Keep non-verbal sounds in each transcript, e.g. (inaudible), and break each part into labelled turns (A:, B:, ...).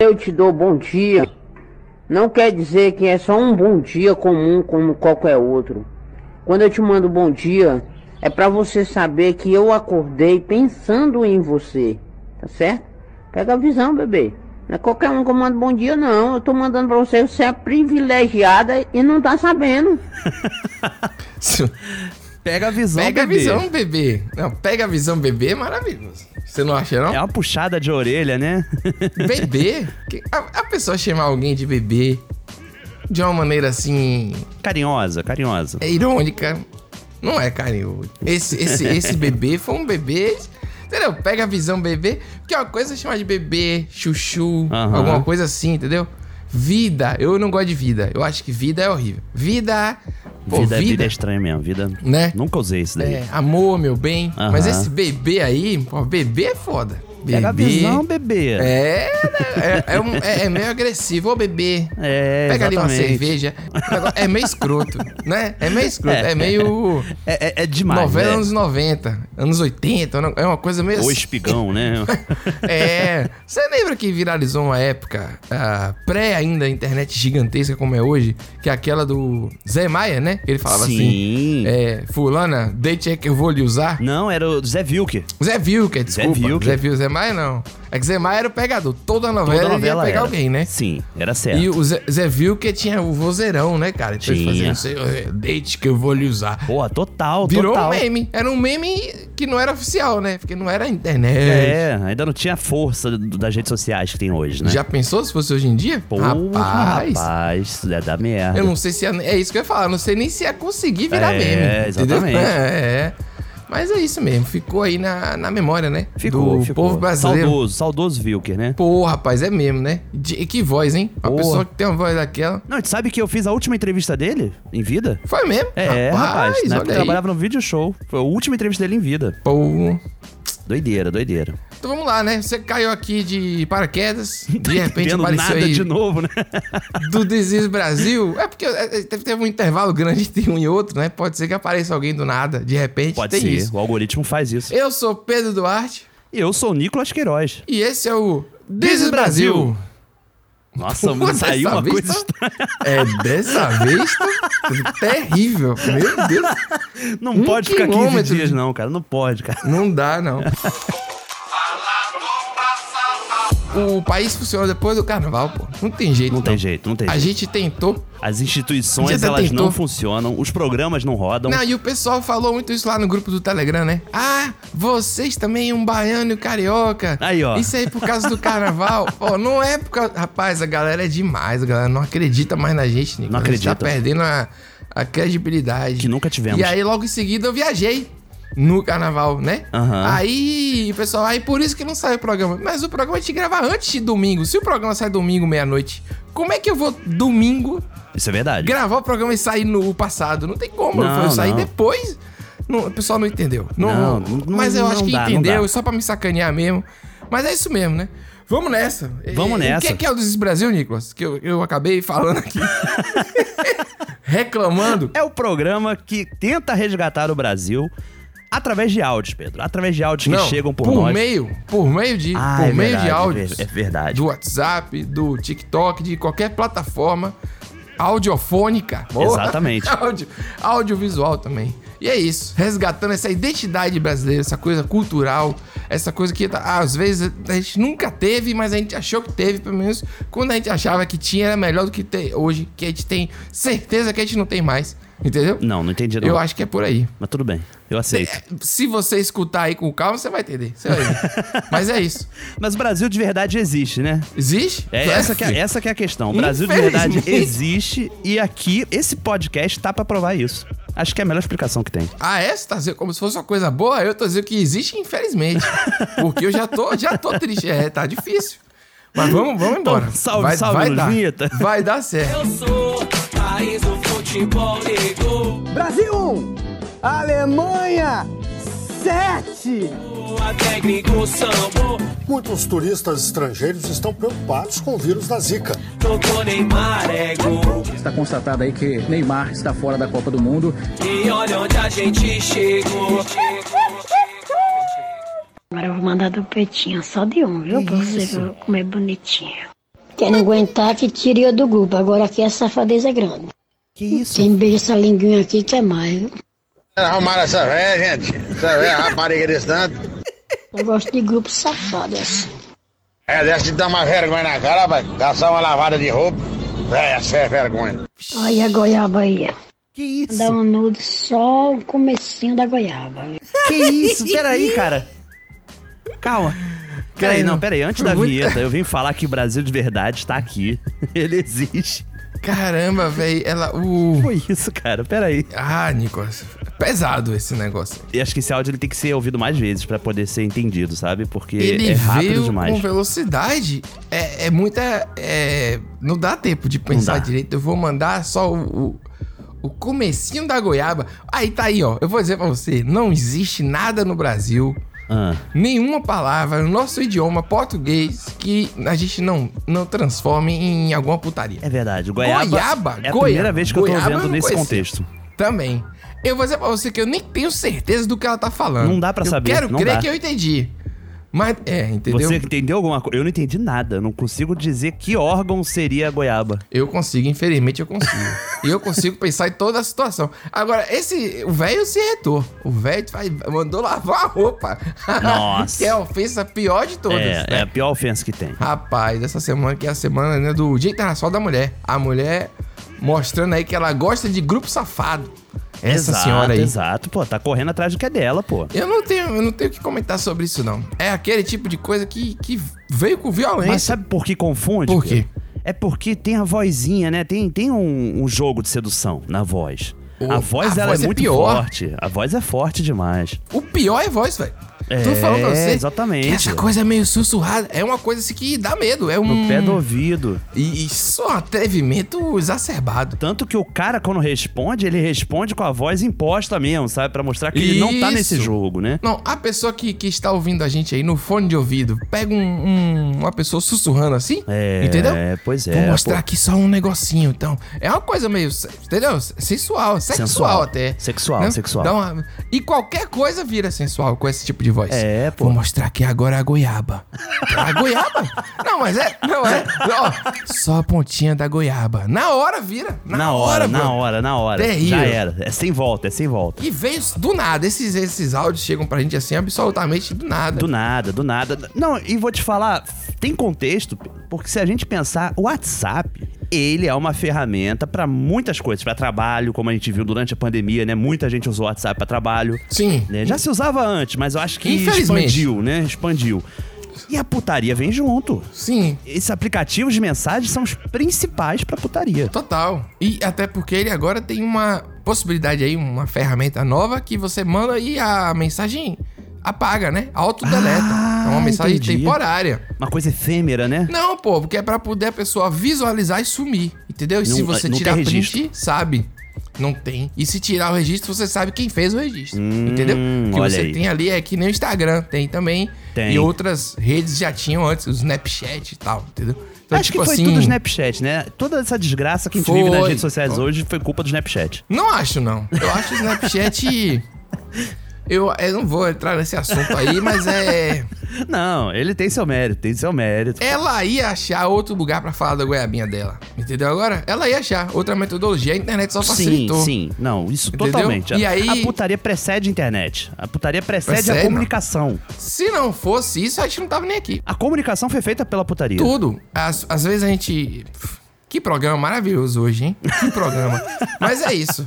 A: eu te dou bom dia não quer dizer que é só um bom dia comum como qualquer outro. Quando eu te mando bom dia, é para você saber que eu acordei pensando em você, tá certo? Pega a visão, bebê. Não é qualquer um que eu mando bom dia, não. Eu tô mandando pra você, você é privilegiada e não tá sabendo.
B: Pega a visão,
C: Pega a
B: bebê.
C: visão, bebê. Não, pega a visão, bebê é maravilhoso. Você não acha, não?
B: É uma puxada de orelha, né? (laughs)
C: Bebê? Que- A, a pessoa chamar alguém de bebê de uma maneira assim.
B: carinhosa, carinhosa.
C: É irônica. Não é carinho. Esse, esse, esse bebê foi um bebê. Entendeu? Pega a visão bebê. Porque uma coisa é chamar de bebê, chuchu,
B: Aham.
C: alguma coisa assim, entendeu? Vida. Eu não gosto de vida. Eu acho que vida é horrível. Vida. Pô,
B: vida,
C: vida.
B: vida é estranha mesmo, vida.
C: Né?
B: Nunca usei isso daí.
C: é, amor, meu bem.
B: Aham.
C: Mas esse bebê aí, pô, bebê é foda. Bebê.
B: Pega a visão, bebê.
C: É, né? é, é, um- é- é meio agressivo, ô bebê.
B: É,
C: Pega ali uma
B: exatamente.
C: cerveja. O negócio- É meio escroto, né? É meio escroto. É, meio.
B: É, é- é demais.
C: novela
B: né?
C: anos 90, anos 80, é uma coisa meio.
B: Ou
C: assim. (laughs)
B: espigão, né?
C: É. Você lembra que viralizou uma época, ah, pré ainda internet gigantesca como é hoje, que é aquela do Zé Maia, né? Ele falava
B: Sim.
C: assim: é, Fulana, deite é que eu vou lhe usar.
B: Não, era o Zé Vilker.
C: Zé Vilker, desculpa. Zé
B: Vilker.
C: Vilker. Zé Maia não. É que Zé Maia era o pegador. Toda a novela,
B: Toda
C: ele
B: novela
C: ia pegar
B: era.
C: alguém, né?
B: Sim, era certo.
C: E o Zé, Zé Vilker tinha o vozeirão, né, cara? Então ele fazia,
B: Tinha.
C: não sei, "É, deite que eu vou lhe usar.
B: Pô, total,
C: Virou
B: total.
C: um meme. Era um meme que não era oficial, né? Porque não era internet.
B: É, ainda não tinha a força do- das redes sociais que tem hoje, né?
C: Já pensou se fosse hoje em dia?
B: Pô, rapaz,
C: rapaz,
B: isso é da merda.
C: Eu não sei se... Ia, é isso que eu ia falar. eu Não sei nem se ia conseguir virar
B: É,
C: meme. entendeu? (laughs)
B: exatamente.
C: É, é. Mas é isso mesmo. Ficou aí na, na memória, né?
B: Ficou,
C: Do
B: ficou.
C: povo brasileiro.
B: Saudoso, saudoso Vilker, né?
C: Pô, rapaz, é mesmo, né? De- e que voz, hein? Uma
B: Porra.
C: pessoa que tem uma voz daquela.
B: Não, tu sabe que eu fiz a última entrevista dele em vida?
C: Foi mesmo?
B: É, rapaz, na época eu
C: olha aí.
B: trabalhava no vídeo show. Foi a última entrevista dele em vida.
C: Pô.
B: Doideira, doideira.
C: Então vamos lá, né? Você caiu aqui de
B: (laughs)
C: paraquedas, de repente
B: tá Entendendo
C: apareceu
B: nada
C: aí (laughs)
B: de novo, né?
C: do Desis Brasil. É porque é, é, teve teve um intervalo grande entre um e outro, né? Pode ser que apareça alguém do nada, de repente.
B: Pode
C: tem
B: ser,
C: isso.
B: o algoritmo faz isso.
C: Eu sou Pedro Duarte
B: E eu sou o Nicolas Queiroz.
C: e esse é o Desis
B: Brasil.
C: Brasil. (laughs)
B: Nossa,
C: Pô,
B: mano, saiu
C: dessa
B: uma
C: vez
B: coisa
C: tá- É, dessa vez
B: (laughs)
C: tá terrível. Meu Deus.
B: estranha. Não
C: um
B: pode ficar 15
C: quilômetro
B: dias,
C: de-
B: não, cara. Não pode, cara.
C: Não dá, não. O país funciona depois do carnaval, pô. Não tem jeito.
B: Não tem
C: não.
B: jeito, não tem
C: A
B: jeito.
C: gente tentou.
B: As
C: Já
B: instituições,
C: até
B: elas
C: tentou.
B: não funcionam, os programas não rodam.
C: Não, e o pessoal falou muito isso lá no grupo do Telegram, né? Ah, vocês também, um baiano e um carioca.
B: Aí, ó.
C: Isso aí é por causa do
B: (laughs)
C: carnaval. Pô, não é por causa. Rapaz, a galera é demais, a galera não acredita mais na gente, Nico.
B: Não
C: A
B: acredita.
C: gente tá perdendo a, a credibilidade.
B: Que nunca tivemos.
C: E aí, logo em seguida, eu viajei. No carnaval, né?
B: Aham.
C: Aí, pessoal, aí por isso que não sai o programa. Mas o programa a gente grava antes de domingo. Se o programa sai domingo, meia-noite, como é que eu vou domingo
B: Isso é verdade.
C: gravar o programa e sair no passado. Não tem como.
B: Não,
C: eu sair
B: não.
C: depois. Não, o pessoal não entendeu. Não,
B: Não, não-
C: mas eu
B: não
C: acho que
B: dá, não
C: entendeu,
B: dá.
C: só pra me sacanear mesmo. Mas é isso mesmo, né? Vamos nessa.
B: Vamos
C: E- O
B: nessa.
C: que é, que é o Desis Brasil, Nicolas? Que eu, eu acabei falando aqui.
B: (laughs)
C: Reclamando.
B: É o programa que tenta resgatar o Brasil através de áudios, Pedro. Através de áudios
C: Não,
B: que chegam por, nós.
C: meio, por meio de,
B: Ah,
C: por
B: é
C: meio
B: verdade,
C: de
B: é
C: áudios.
B: ver- é verdade.
C: Do WhatsApp, do TikTok, de qualquer plataforma audiofônica. Boa. (laughs)
B: Exatamente.
C: Áudio, audiovisual também. E é isso, resgatando essa identidade brasileira, essa coisa cultural, essa coisa que tá- às vezes a gente nunca teve, mas a gente achou que teve, pelo menos quando a gente achava que tinha, era melhor do que ter hoje, que a gente tem certeza que a gente não tem mais, entendeu?
B: Não, não entendi não.
C: Eu acho que é por aí.
B: Mas tudo bem, eu aceito.
C: Se você escutar aí com calma, você vai entender. Você vai ver. Mas é isso.
B: Mas o Brasil de verdade existe, né?
C: Existe?
B: É, essa, que é, essa que é a questão. O Brasil de
C: Infelizmente.
B: verdade existe e aqui esse podcast tá pra provar isso. Acho que é a melhor explicação que tem.
C: Ah, é? Você tá dizendo como se fosse uma coisa boa? Eu tô dizendo que existe, infelizmente. Porque eu já tô, já tô triste. É, tá difícil. Mas vamos, vamos embora.
B: Então, salve, salve,
C: vai
B: Luiz
C: dar.
B: Vinheta.
C: Vai dar certo.
D: Eu sou país do futebol ligou.
E: Brasil 1, Alemanha 7.
D: Até gringo sambou.
F: Muitos turistas estrangeiros estão preocupados com o vírus da Zika.
D: Tocou Neymar é gol.
G: Está constatado aí que Neymar está fora da Copa do Mundo.
D: E olha onde a gente chegou.
H: Agora eu vou mandar do peitinho, só de um, viu? pra você ver como é bonitinho. Quem não aguentar que tire eu do grupo. Agora aqui a safadeza é grande.
B: Que isso?
H: Quem beija essa linguinha aqui quer mais, viu?
I: Arrumaram essa véia, gente. Essa véia é rapariga desse tanto.
H: Eu gosto de grupo safado assim.
I: É dessa de dar uma vergonha na cara, vai. Passar uma lavada de roupa. Véia, essa é vergonha.
H: Olha a goiaba aí.
B: Que isso?
H: Dá um nudo só o comecinho da goiaba.
B: Que isso? Peraí, cara. Calma. Peraí, não, peraí. Antes da
C: Muita-
B: vinheta, eu vim falar que o Brasil de verdade está aqui. (laughs) Ele existe.
C: Caramba, velho. Ela. O.
B: Foi isso, cara. Peraí.
C: Ah, Nicolas. Pesado esse negócio.
B: E acho que esse áudio ele tem que ser ouvido mais vezes pra poder ser entendido, sabe? Porque
C: Ele
B: é rápido
C: veio
B: demais.
C: com velocidade. É, é muita. é, não dá tempo de pensar
B: dá.
C: direito. Eu vou mandar só o, o, o comecinho da goiaba. Aí tá aí, ó. Eu vou dizer pra você: não existe nada no Brasil
B: Ah,
C: nenhuma palavra no nosso idioma português que a gente não, não transforme em alguma putaria.
B: é verdade. Goiaba,
C: Goiaba,
B: é a
C: goiaba.
B: primeira vez que eu tô
C: Goiaba eu
B: vendo
C: não
B: nesse
C: conhecia.
B: contexto.
C: Também. Eu vou dizer pra você que eu nem tenho certeza do que ela tá falando.
B: Não dá pra
C: eu
B: saber,
C: Quero
B: não
C: crer
B: dá.
C: que eu entendi. Mas, é, entendeu?
B: Você entendeu alguma coisa? Eu não entendi nada. Eu Não consigo dizer que órgão seria a goiaba.
C: Eu consigo, infelizmente eu
B: (laughs)
C: consigo. e eu consigo pensar em toda a situação. Agora, esse. O velho se retou. O velho faz- mandou lavar a roupa. (laughs)
B: Nossa.
C: que é a ofensa pior de todas.
B: é,
C: né?
B: é a pior ofensa que tem.
C: Rapaz, essa semana que é a semana né, do Dia Internacional da Mulher. A mulher mostrando aí que ela gosta de grupo safado. Essa
B: exato,
C: senhora aí.
B: Exato, pô. Tá correndo atrás do que é dela, pô.
C: Eu não tenho, eu não tenho o que comentar sobre isso não. É aquele tipo de coisa que, que veio com
B: Mas
C: violência.
B: sabe por que confunde?
C: Por quê?
B: Pedro? É porque tem a vozinha, né? Tem, tem um, um jogo de sedução na voz.
C: O-
B: a voz,
C: a
B: ela
C: voz
B: é
C: é
B: muito
C: pior.
B: forte. A voz é forte demais.
C: O pior é voz, velho.
B: É,
C: Tô falando pra você.
B: exatamente.
C: que essa coisa meio sussurrada é uma coisa assim que dá medo. É
B: No
C: um.
B: pé do ouvido.
C: E, e só um atrevimento exacerbado.
B: Tanto que o cara, quando responde, ele responde com a voz imposta mesmo, sabe? Pra mostrar que ele não tá
C: Isso.
B: nesse jogo, né?
C: Não, a pessoa que, que está ouvindo a gente aí no fone de ouvido, pega um- um- uma pessoa sussurrando assim,
B: É,
C: entendeu?
B: pois é,
C: Vou mostrar
B: pô.
C: aqui só um negocinho, então. É uma coisa meio, se- entendeu? Sensual, sexual
B: Sensual.
C: até. Né?
B: Sexual, sexual.
C: Dá uma- E qualquer coisa vira sensual com esse tipo de voz.
B: É, pô.
C: Vou mostrar aqui agora a goiaba. A goiaba? Não, mas é, não é. Ó, só a pontinha da goiaba. Na hora vira. Na, hora,
B: na
C: mano.
B: hora, na hora.
C: Terrível.
B: Já era. É sem volta, é sem volta.
C: E veio do nada. Esses, esses áudios chegam pra gente assim, absolutamente do nada.
B: Do nada, do nada. Não, e vou te falar, tem contexto, porque se a gente pensar, o WhatsApp, ele é uma ferramenta pra muitas coisas, pra trabalho, como a gente viu durante a pandemia, né? Muita gente usou o WhatsApp pra trabalho.
C: Sim.
B: né? Já se usava antes, mas eu acho que
C: Infelizmente.
B: expandiu, né? Expandiu. E a putaria vem junto.
C: Sim.
B: Esses aplicativos de mensagem são os principais pra putaria.
C: Total. E até porque ele agora tem uma possibilidade aí, uma ferramenta nova que você manda e a mensagem apaga, né? Autodeleta.
B: Ah,
C: é uma mensagem
B: entendi.
C: temporária.
B: Uma coisa efêmera, né?
C: Não, pô, porque é pra poder a pessoa visualizar e sumir, entendeu? E se
B: Não-
C: você
B: não
C: tirar
B: tem
C: print,
B: registro.
C: sabe. Não tem. E se tirar o registro, você sabe quem fez o registro, entendeu? O que
B: Hum, olha
C: você
B: aí.
C: tem ali é que nem o Instagram tem também.
B: Tem.
C: E outras redes já tinham antes, o Snapchat e tal, entendeu? Então,
B: Acho que foi tudo Snapchat, né? Toda essa desgraça que a gente vive nas
C: Foi.
B: redes sociais
C: Foi.
B: hoje foi culpa do Snapchat.
C: Não acho, não. Eu acho o
B: (laughs)
C: Snapchat. eu, eu não vou entrar nesse assunto aí, mas é.
B: Não, ele tem seu mérito, tem seu mérito.
C: Ela ia achar outro lugar pra falar da goiabinha dela. Entendeu agora? Ela ia achar outra metodologia. A internet só
B: Sim,
C: facilitou.
B: sim. Não, isso
C: Entendeu?
B: totalmente. A-
C: E aí-
B: A putaria precede a internet. A putaria precede a
C: Precede,
B: comunicação.
C: Se não fosse isso, a gente não tava nem aqui.
B: A comunicação foi feita pela putaria.
C: Tudo. Às, às vezes a gente. Que programa maravilhoso hoje, hein? Que programa. Mas é isso.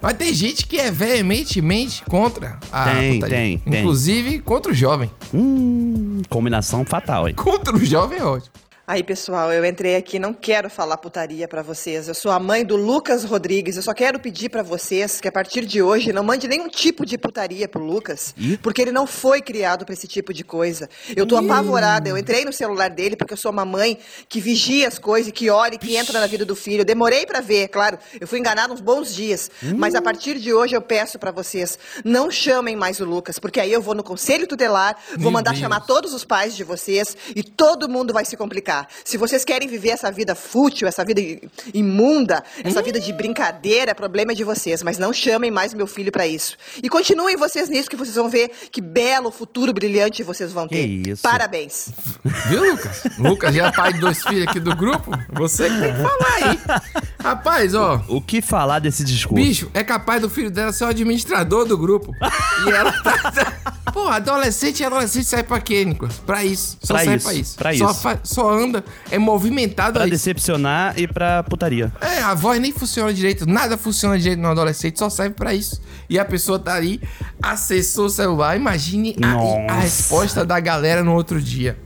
C: Mas tem gente que é veementemente contra a
B: Tem,
C: putaria.
B: tem, tem.
C: Inclusive contra o jovem.
B: Hum, combinação fatal, hein?
C: Contra o jovem é ótimo.
J: Aí, pessoal, eu entrei aqui, não quero falar putaria pra vocês. Eu sou a mãe do Lucas Rodrigues. Eu só quero pedir pra vocês que a partir de hoje não mande nenhum tipo de putaria pro Lucas, porque ele não foi criado pra esse tipo de coisa. Eu tô apavorada. Eu entrei no celular dele porque eu sou uma mãe que vigia as coisas, que olha, e que entra na vida do filho. Eu demorei pra ver, claro. Eu fui enganada uns bons dias, mas a partir de hoje eu peço pra vocês, não chamem mais o Lucas, porque aí eu vou no conselho tutelar, vou
C: Meu
J: mandar
C: Deus.
J: chamar todos os pais de vocês e todo mundo vai se complicar. cá. Se vocês querem viver essa vida fútil, essa vida i- imunda, essa vida de brincadeira, problema é de vocês. Mas não chamem mais meu filho pra isso. E continuem vocês nisso que vocês vão ver que belo futuro brilhante vocês vão ter.
B: Que isso.
J: Parabéns.
C: Viu, Lucas? Lucas já é pai de dois filhos aqui do grupo. Você que tem que falar aí. Rapaz, ó.
B: O que falar desse discurso?
C: Bicho, é capaz do filho dela ser o administrador do grupo. E ela tá. tá- (laughs) Pô, adolescente e adolescente sai pra quê, Nicolas? Pra isso. Só
B: Pra
C: sai
B: isso,
C: pra isso.
B: pra
C: só,
B: isso.
C: fa- só anda, é movimentado
B: pra
C: aí.
B: decepcionar e pra putaria.
C: É, a voz nem funciona direito, nada funciona direito no adolescente, só serve pra isso. E a pessoa tá ali, acessou o celular, imagine a, a
B: Nossa.
C: resposta da galera no outro dia.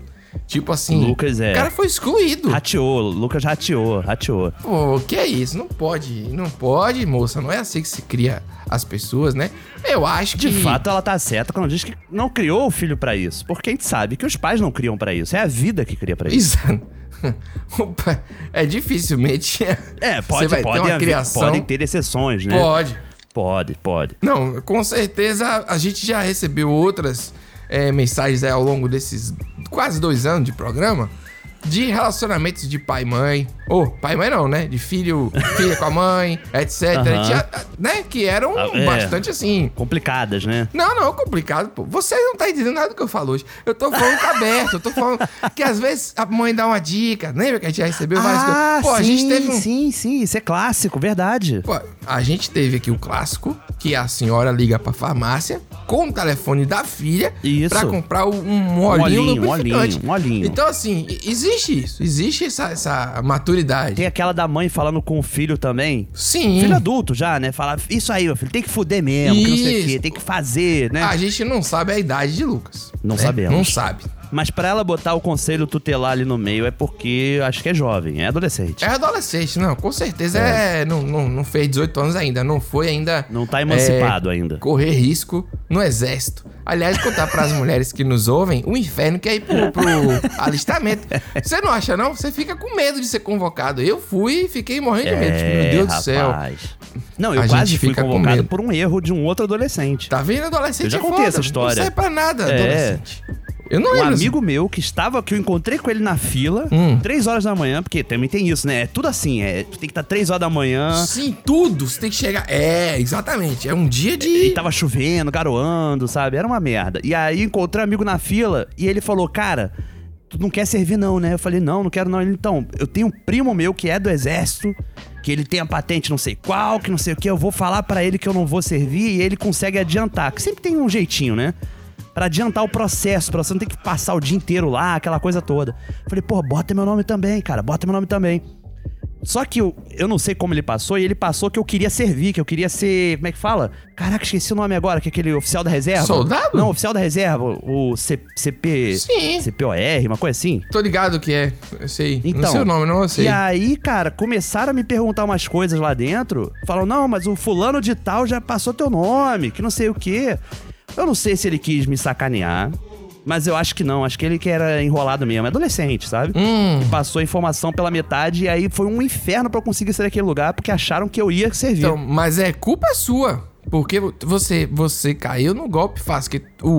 C: Tipo assim,
B: Lucas é-
C: o cara foi excluído.
B: Rateou, Lucas rateou, rateou.
C: Pô, que é isso? Não pode, não pode, moça. Não é assim que se cria as pessoas, né? Eu acho que.
B: De fato, ela tá certa quando diz que não criou o filho pra isso. Porque a gente sabe que os pais não criam pra isso. É a vida que cria pra isso.
C: (laughs) Isso. Opa, é dificilmente. (laughs)
B: É,
C: Você
B: pode,
C: vai
B: pode
C: ter uma
B: haver-
C: criação.
B: podem ter exceções, né?
C: Pode.
B: Pode, pode.
C: Não, com certeza a gente já recebeu outras é, mensagens aí ao longo desses quase dois anos de programa de relacionamentos de pai e mãe. Ou pai e mãe não, né? De filho, filha com a mãe, etc.
B: Aham.
C: Tinha, né? Que eram
B: Ah, é.
C: bastante assim.
B: Complicadas, né?
C: Não, não, é complicado, pô. Você não tá entendendo nada do que eu falo hoje. Eu tô falando com aberto, eu tô falando que às vezes a mãe dá uma dica. Lembra que a gente já recebeu várias coisas? Pô, a gente teve um,
B: Ah, sim, sim. Isso é clássico, verdade.
C: Pô, a gente teve aqui o clássico, que a senhora liga pra farmácia com o telefone da filha
B: Isso.
C: pra comprar um, um
B: Um
C: olhinho
B: olhinho, um
C: lubrificante.
B: olhinho, um olhinho.
C: Então, assim, e- existe isso. Existe essa, essa maturidade.
B: Tem aquela da mãe falando com o filho também.
C: Sim.
B: Filho adulto já, né? Fala, isso aí, meu filho, tem que fuder mesmo, que não sei o
C: Isso.
B: quê, tem que fazer, né?
C: A gente não sabe a idade de Lucas. né?
B: Não sabemos.
C: Não sabe.
B: Mas pra ela botar o conselho tutelar ali no meio é porque acho que é jovem, é adolescente.
C: É adolescente, não. Com certeza é. não, não, não fez 18 anos ainda. Não foi ainda. é,
B: Não tá emancipado ainda.
C: correr risco no exército. Aliás, contar para as (laughs) mulheres que nos ouvem, o inferno que é ir pro,
B: (laughs)
C: pro alistamento. Você não acha, não? Você fica com medo de ser convocado. Eu fui e fiquei morrendo de medo. Tipo,
B: É,
C: Meu Deus do céu.
B: céu. Não, eu
C: A
B: quase
C: gente
B: fui
C: fica com
B: convocado
C: medo.
B: por um erro de um outro adolescente.
C: Tá vendo? Adolescente
B: Eu já
C: é
B: contei
C: foda,
B: essa história.
C: Não sai pra nada,
B: É.
C: adolescente. Eu não
B: Um
C: lembro.
B: amigo meu que estava, que eu encontrei com ele na fila,
C: Hum.
B: três horas da manhã, porque também tem isso, né? É tudo assim, é, tu tem que estar três horas da manhã,
C: assim, Sim, tudo. Você tem que chegar. É, exatamente. É um dia
B: E
C: de.
B: tava chovendo, garoando, sabe? Era uma merda. E aí encontrei um amigo na fila e ele falou, cara, tu não quer servir não, né? Eu falei, não, não quero não. Ele, então, eu tenho um primo meu que é do exército, que ele tem a patente não sei qual, que não sei o que, eu vou falar pra ele que eu não vou servir e ele consegue adiantar. Que sempre tem um jeitinho, né? Pra adiantar o processo, pra você não ter que passar o dia inteiro lá, aquela coisa toda. Eu falei, pô, bota meu nome também, cara, bota meu nome também. Só que eu, eu não sei como ele passou, e ele passou que eu queria servir, que eu queria ser. Como é que fala? Caraca, esqueci o nome agora, que é aquele oficial da reserva.
C: Soldado?
B: Não, oficial da reserva, o C- CP.
C: Sim.
B: CPOR, uma coisa assim.
C: Tô ligado que é. Eu sei.
B: Então,
C: não sei o nome, não eu sei.
B: E aí, cara, começaram a me perguntar umas coisas lá dentro. Falaram, não, mas o fulano de tal já passou teu nome, que não sei o quê. Eu não sei se ele quis me sacanear, mas eu acho que não. Acho que ele que era enrolado mesmo, é adolescente, sabe?
C: Hum.
B: E passou a informação pela metade e aí foi um inferno pra eu conseguir sair daquele lugar, porque acharam que eu ia servir.
C: Então, mas é culpa sua. Porque você, você caiu no golpe fácil. Que o,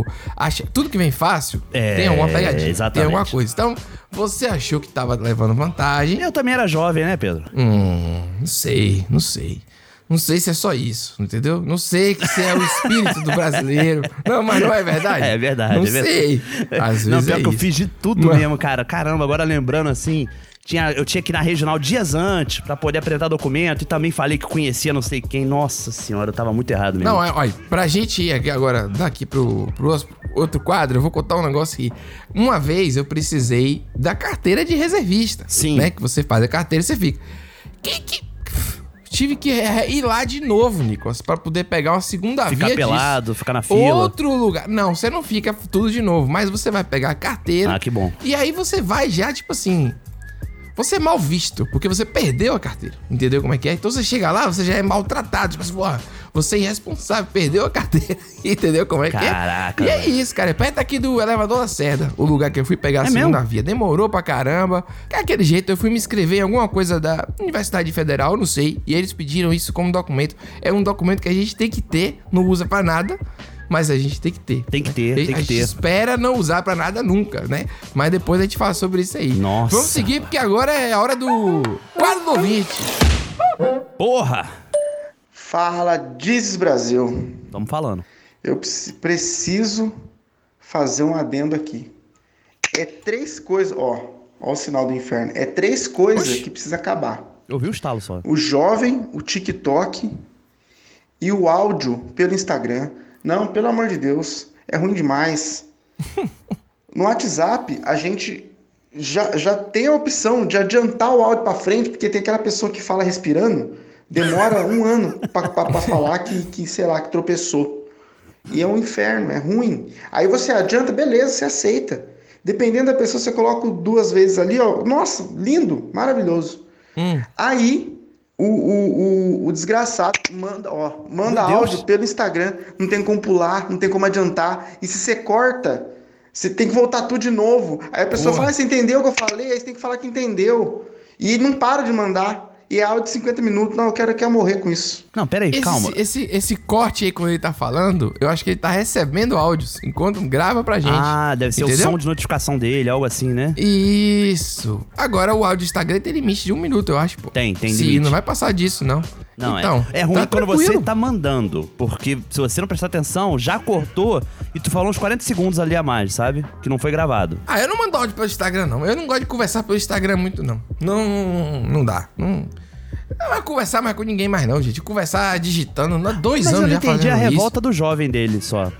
C: o- acha, tudo que vem fácil
B: É,
C: tem alguma pegadinha. Tem
B: exatamente.
C: alguma coisa. Então, você achou que tava levando vantagem.
B: Eu também era jovem, né, Pedro?
C: Hum, não sei, não sei. Não sei se é só isso, entendeu? Não sei se é o espírito do
B: (laughs)
C: brasileiro. Não, mas não é verdade?
B: É verdade,
C: Não
B: é verdade.
C: sei. Às vezes
B: Não, pior
C: é
B: que eu
C: isso.
B: fiz de tudo
C: Mas-
B: mesmo, cara. Caramba, agora lembrando assim. Tinha, eu tinha que ir na regional dias antes pra poder apresentar documento e também falei que conhecia não sei quem. Nossa senhora, eu tava muito errado mesmo.
C: Não, é, olha, pra gente ir aqui agora, daqui pro, pro os- outro quadro, eu vou contar um negócio aqui. Uma vez eu precisei da carteira de reservista.
B: Sim.
C: Né? Que você faz a carteira e você fica. Que, que- Tive que re- ir lá de novo, Nicolas, pra poder pegar uma segunda
B: ficar
C: via
B: pelado, ficar na
C: disso.
B: fila.
C: Outro lugar. Não, você não fica tudo de novo, mas você vai pegar a carteira.
B: Ah, que bom.
C: E aí você vai já, tipo assim. Você é mal visto, porque você perdeu a carteira. Entendeu como é que é? Então você chega lá, você já é maltratado. Tipo assim, porra, você é irresponsável, perdeu a carteira. (laughs) entendeu como é que
B: Caraca,
C: é? E é
B: velho.
C: isso, cara. É perto aqui do Elevador Lacerda, o lugar que eu fui pegar a
B: É
C: segunda
B: mesmo?
C: via. Demorou pra caramba. Daquele jeito, eu fui me inscrever em alguma coisa da Universidade Federal, não sei. E eles pediram isso como documento. É um documento que a gente tem que ter, não usa pra nada. mas a gente tem que ter.
B: Tem que ter,
C: A-
B: tem
C: a
B: que
C: gente
B: ter.
C: espera não usar pra nada nunca, né? Mas depois a gente fala sobre isso aí.
B: Nossa.
C: Vamos seguir, porque agora é a hora do quadro do ouvinte.
B: Porra!
K: Fala, Dizes Brasil.
B: Tamo falando.
K: Eu preci- preciso fazer um adendo aqui. É três coisas, ó, ó o sinal do inferno. É três coisas que precisa acabar.
B: Eu vi o estalo só.
K: O jovem, o TikTok e o áudio pelo Instagram. Não, pelo amor de Deus, é ruim demais. No WhatsApp, a gente já, já tem a opção de adiantar o áudio para frente, porque tem aquela pessoa que fala respirando, demora um ano para falar que, que, sei lá, que tropeçou. E é um inferno, é ruim. Aí você adianta, beleza, você aceita. Dependendo da pessoa, você coloca duas vezes ali, ó. Nossa, lindo, maravilhoso. Aí o, o, o, o desgraçado manda, ó, manda
L: Meu Deus.
K: áudio pelo Instagram, não tem como pular, não tem como adiantar. E se você corta, você tem que voltar tudo de novo. Aí a pessoa
L: Porra.
K: fala, ah, você entendeu o que eu falei? Aí você tem que falar que entendeu. E não para de mandar. E é áudio de 50 minutos. Não, eu quero, eu quero morrer com isso.
B: Não, peraí,
C: Esse- é, Esse, esse corte aí, quando ele tá falando, eu acho que ele tá recebendo áudios. Enquanto grava pra gente.
B: Ah, deve ser
C: Entendeu?
B: o som de notificação dele, algo assim, né?
C: Isso. Agora o áudio do Instagram tem limite de um minuto, eu acho, pô.
B: Tem, tem
C: Sim,
B: limite.
C: não vai passar disso, não.
B: Não, é-
C: então,
B: é, ruim
C: tá
B: quando
C: tranquilo.
B: você tá mandando, porque se você não prestar atenção, já cortou e tu falou uns 40 segundos ali a mais, sabe? Que não foi gravado.
C: Ah, eu não mando áudio pelo Instagram, não. Eu não gosto de conversar pelo Instagram muito, não. Não, não dá. Não, não vai conversar mais com ninguém mais, não, gente. Conversar digitando, nós dois
B: mas
C: anos
B: eu não
C: já
B: entendi a
C: fazendo isso.
B: revolta do jovem dele só.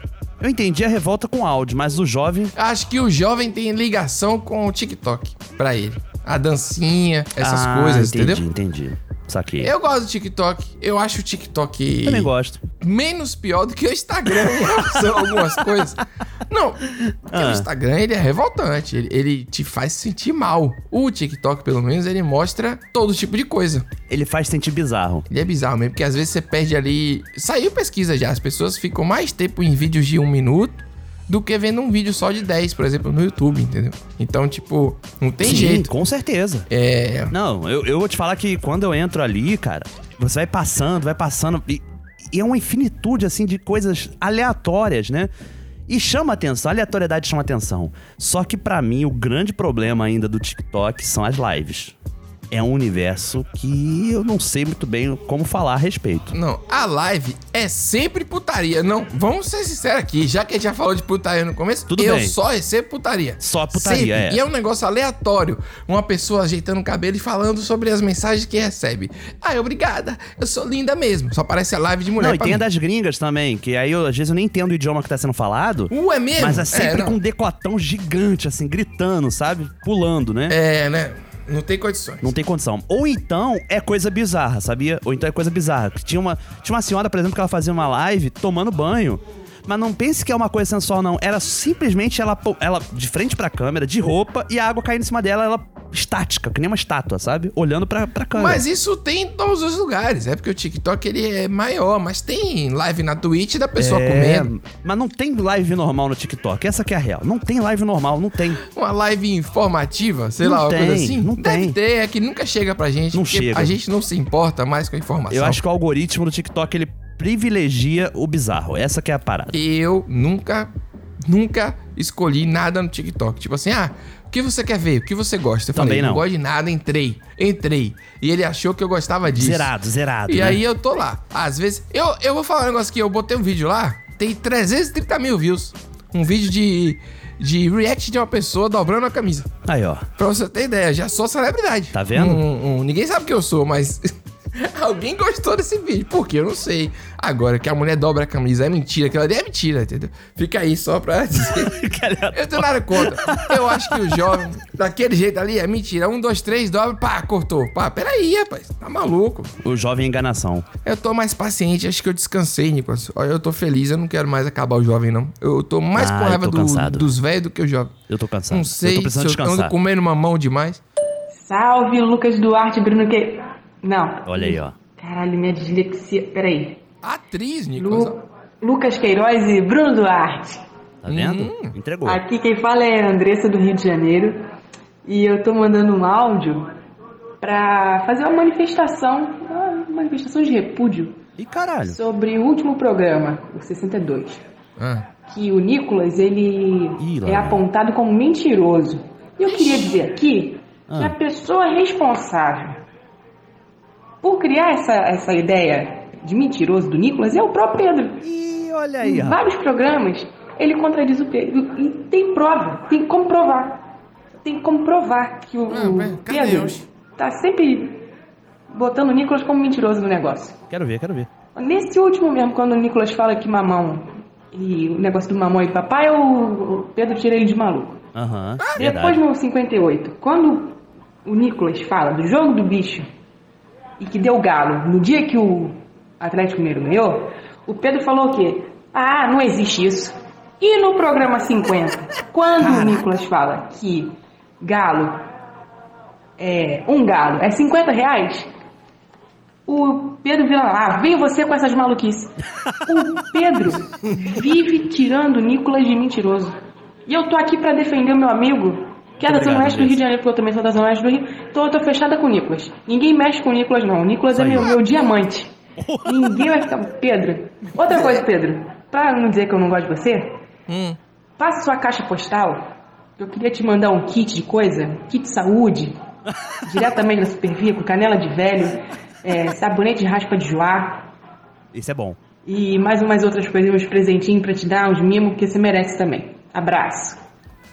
B: Eu entendi a revolta com áudio, mas o jovem.
C: Acho que o jovem tem ligação com o TikTok pra ele. A dancinha, essas
B: Ah,
C: coisas,
B: entendi,
C: entendeu?
B: Entendi, Saquei.
C: Eu gosto do TikTok. Eu acho o TikTok.
B: Também gosto.
C: Menos pior do que o Instagram em relação a
B: (laughs)
C: algumas coisas. Não, porque
B: Ah.
C: o Instagram ele é revoltante. Ele, ele te faz sentir mal. O TikTok, pelo menos, ele mostra todo tipo de coisa.
B: Ele faz sentir bizarro.
C: Ele é bizarro mesmo, porque às vezes você perde ali. Saiu pesquisa já. As pessoas ficam mais tempo em vídeos de um minuto do que vendo um vídeo só de 10, por exemplo, no YouTube, entendeu? Então, tipo, não tem
B: Sim,
C: jeito.
B: Com certeza.
C: É.
B: Não, eu, eu vou te falar que quando eu entro ali, cara, você vai passando, vai passando. E, e é uma infinitude, assim, de coisas aleatórias, né? E chama atenção, a aleatoriedade chama atenção. Só que pra mim, o grande problema ainda do TikTok são as lives. É um universo que eu não sei muito bem como falar a respeito.
C: Não, a live é sempre putaria. Não, vamos ser sinceros aqui, já que a gente já falou de putaria no começo,
B: Tudo
C: eu
B: bem.
C: só recebo putaria.
B: Só putaria,
C: Sempre.
B: é.
C: E é um negócio aleatório. Uma pessoa ajeitando o cabelo e falando sobre as mensagens que recebe. Ai, obrigada, eu sou linda mesmo. Só parece a live de mulher.
B: não, e
C: um pra
B: tem a
C: mim.
B: das gringas também, que aí eu, às vezes eu nem entendo o idioma que tá sendo falado.
C: Uh, é mesmo?
B: Mas é
C: É,
B: sempre
C: não.
B: com um decotão gigante, assim, gritando, sabe? Pulando, né?
C: É, né? Não tem condições.
B: Não tem condição. Ou então é coisa bizarra, sabia? Ou então é coisa bizarra. Que Tinha uma, tinha uma senhora, por exemplo, que ela fazia uma live tomando banho. Mas não pense que é uma coisa sensual, não. Era simplesmente ela, po- ela de frente pra câmera, de roupa, e a água caindo em cima dela, ela estática, que nem uma estátua, sabe? Olhando pra, pra câmera.
C: Mas isso tem em todos os lugares. É porque o TikTok ele é maior, mas tem live na Twitch da pessoa
B: É,
C: comendo.
B: Mas não tem live normal no TikTok. Essa que é a real. Não tem live normal, não tem.
C: Uma live informativa, sei
B: Não
C: lá, uma coisa
B: tem,
C: assim?
B: não
C: Deve
B: tem.
C: ter, é que nunca chega pra gente.
B: Não
C: porque
B: chega.
C: A gente não se importa mais com a informação.
B: Eu acho que o algoritmo do TikTok, ele privilegia o bizarro. Essa que é a parada.
C: Eu nunca, nunca escolhi nada no TikTok. Tipo assim, ah, o que você quer ver? O que você gosta? Eu
B: Também
C: falei,
B: não.
C: gosto de nada, entrei. Entrei. E ele achou que eu gostava disso.
B: Zerado, zerado,
C: E
B: né?
C: aí eu tô lá. Às vezes, eu, eu vou falar um negócio aqui, eu botei um vídeo lá, tem 330 mil views. Um vídeo de, de react de uma pessoa dobrando a camisa.
B: Aí, ó.
C: Pra você ter ideia, já sou celebridade.
B: Tá vendo?
C: Um- um- ninguém sabe que eu sou, mas (laughs) alguém gostou desse vídeo. Por quê? Eu não sei. Agora que a mulher dobra a camisa, é mentira. Aquilo ali é mentira, entendeu? Fica aí só pra (laughs)
B: (laughs)
C: dizer. eu tenho nada contra. Eu acho que o jovem, daquele jeito ali, é mentira. Um, dois, três, dobra, pá, cortou. Pá, peraí, rapaz. Tá maluco.
B: O jovem enganação.
C: Eu tô mais paciente, acho que eu descansei, Nicolas. Olha, eu tô feliz, eu não quero mais acabar o jovem, não. Eu tô mais
B: Ah,
C: com
B: eu
C: raiva
B: tô
C: do-
B: cansado.
C: dos velhos do que o jovem.
B: Eu tô cansado.
C: Não sei
B: eu tô precisando
C: se eu ando
B: descansar.
C: comendo mamão demais.
M: Salve, Lucas Duarte, Bruno que... Não.
B: Olha aí, ó.
M: Caralho, minha dislexia. Peraí.
C: Atriz,
M: Nicolas. Lucas Queiroz e Bruno Duarte.
B: Tá vendo?
C: Hum.
B: Entregou.
M: Aqui quem fala é a Andressa do Rio de Janeiro. E eu tô mandando um áudio pra fazer uma manifestação, uma manifestação de repúdio
B: E caralho.
M: sobre o último programa, o 62.
C: Ah.
M: que o Nicolas ele
B: lá
M: é
B: vem.
M: apontado como mentiroso. E eu queria dizer aqui que
B: Ah.
M: a pessoa responsável por criar essa, essa ideia de mentiroso do Nicolas é o próprio Pedro.
B: E olha
M: Em vários programas ele contradiz o Pedro e tem prova, tem como provar. Tem como provar que o,
B: Ah,
M: o Pedro tá sempre botando o Nicolas como mentiroso no negócio.
B: Quero ver, quero ver.
M: Nesse último mesmo, quando o Nicolas fala que mamão e o negócio do mamão e papai, o o Pedro tira ele de maluco.
B: Aham.
M: Depois
B: verdade.
M: no 58, quando o Nicolas fala do jogo do bicho e que deu galo no dia que o Atlético Mineiro ganhou, o Pedro falou o quê? Ah, não existe isso. E no programa 50, quando o Nicolas fala que galo é um galo é 50 reais, o Pedro vira lá, "Ah, vem você com essas maluquices. O Pedro vive tirando o Nicolas de mentiroso. E eu tô aqui pra defender o meu amigo, que é da
L: Muito
M: Zona
L: obrigado,
M: Oeste do Rio de Janeiro, porque eu também sou da Zona Oeste do Rio. Então eu tô fechada com o Nicolas. Ninguém mexe com o Nicolas, não. O Nicolas é
L: Isso aí.
M: meu,
L: (laughs)
M: meu diamante. Ninguém vai ficar. Pedro,
L: É.
M: outra coisa, Pedro, pra não dizer que eu não gosto de você,
L: Hum.
M: faça sua caixa postal. Eu queria te mandar um kit de coisa,
L: (laughs)
M: kit saúde, diretamente da Supervia, com canela de velho, é, sabonete de raspa de joá,
B: Isso é bom.
M: e mais umas outras coisas, uns presentinhos pra te dar, uns mimos, porque você merece também. Abraço.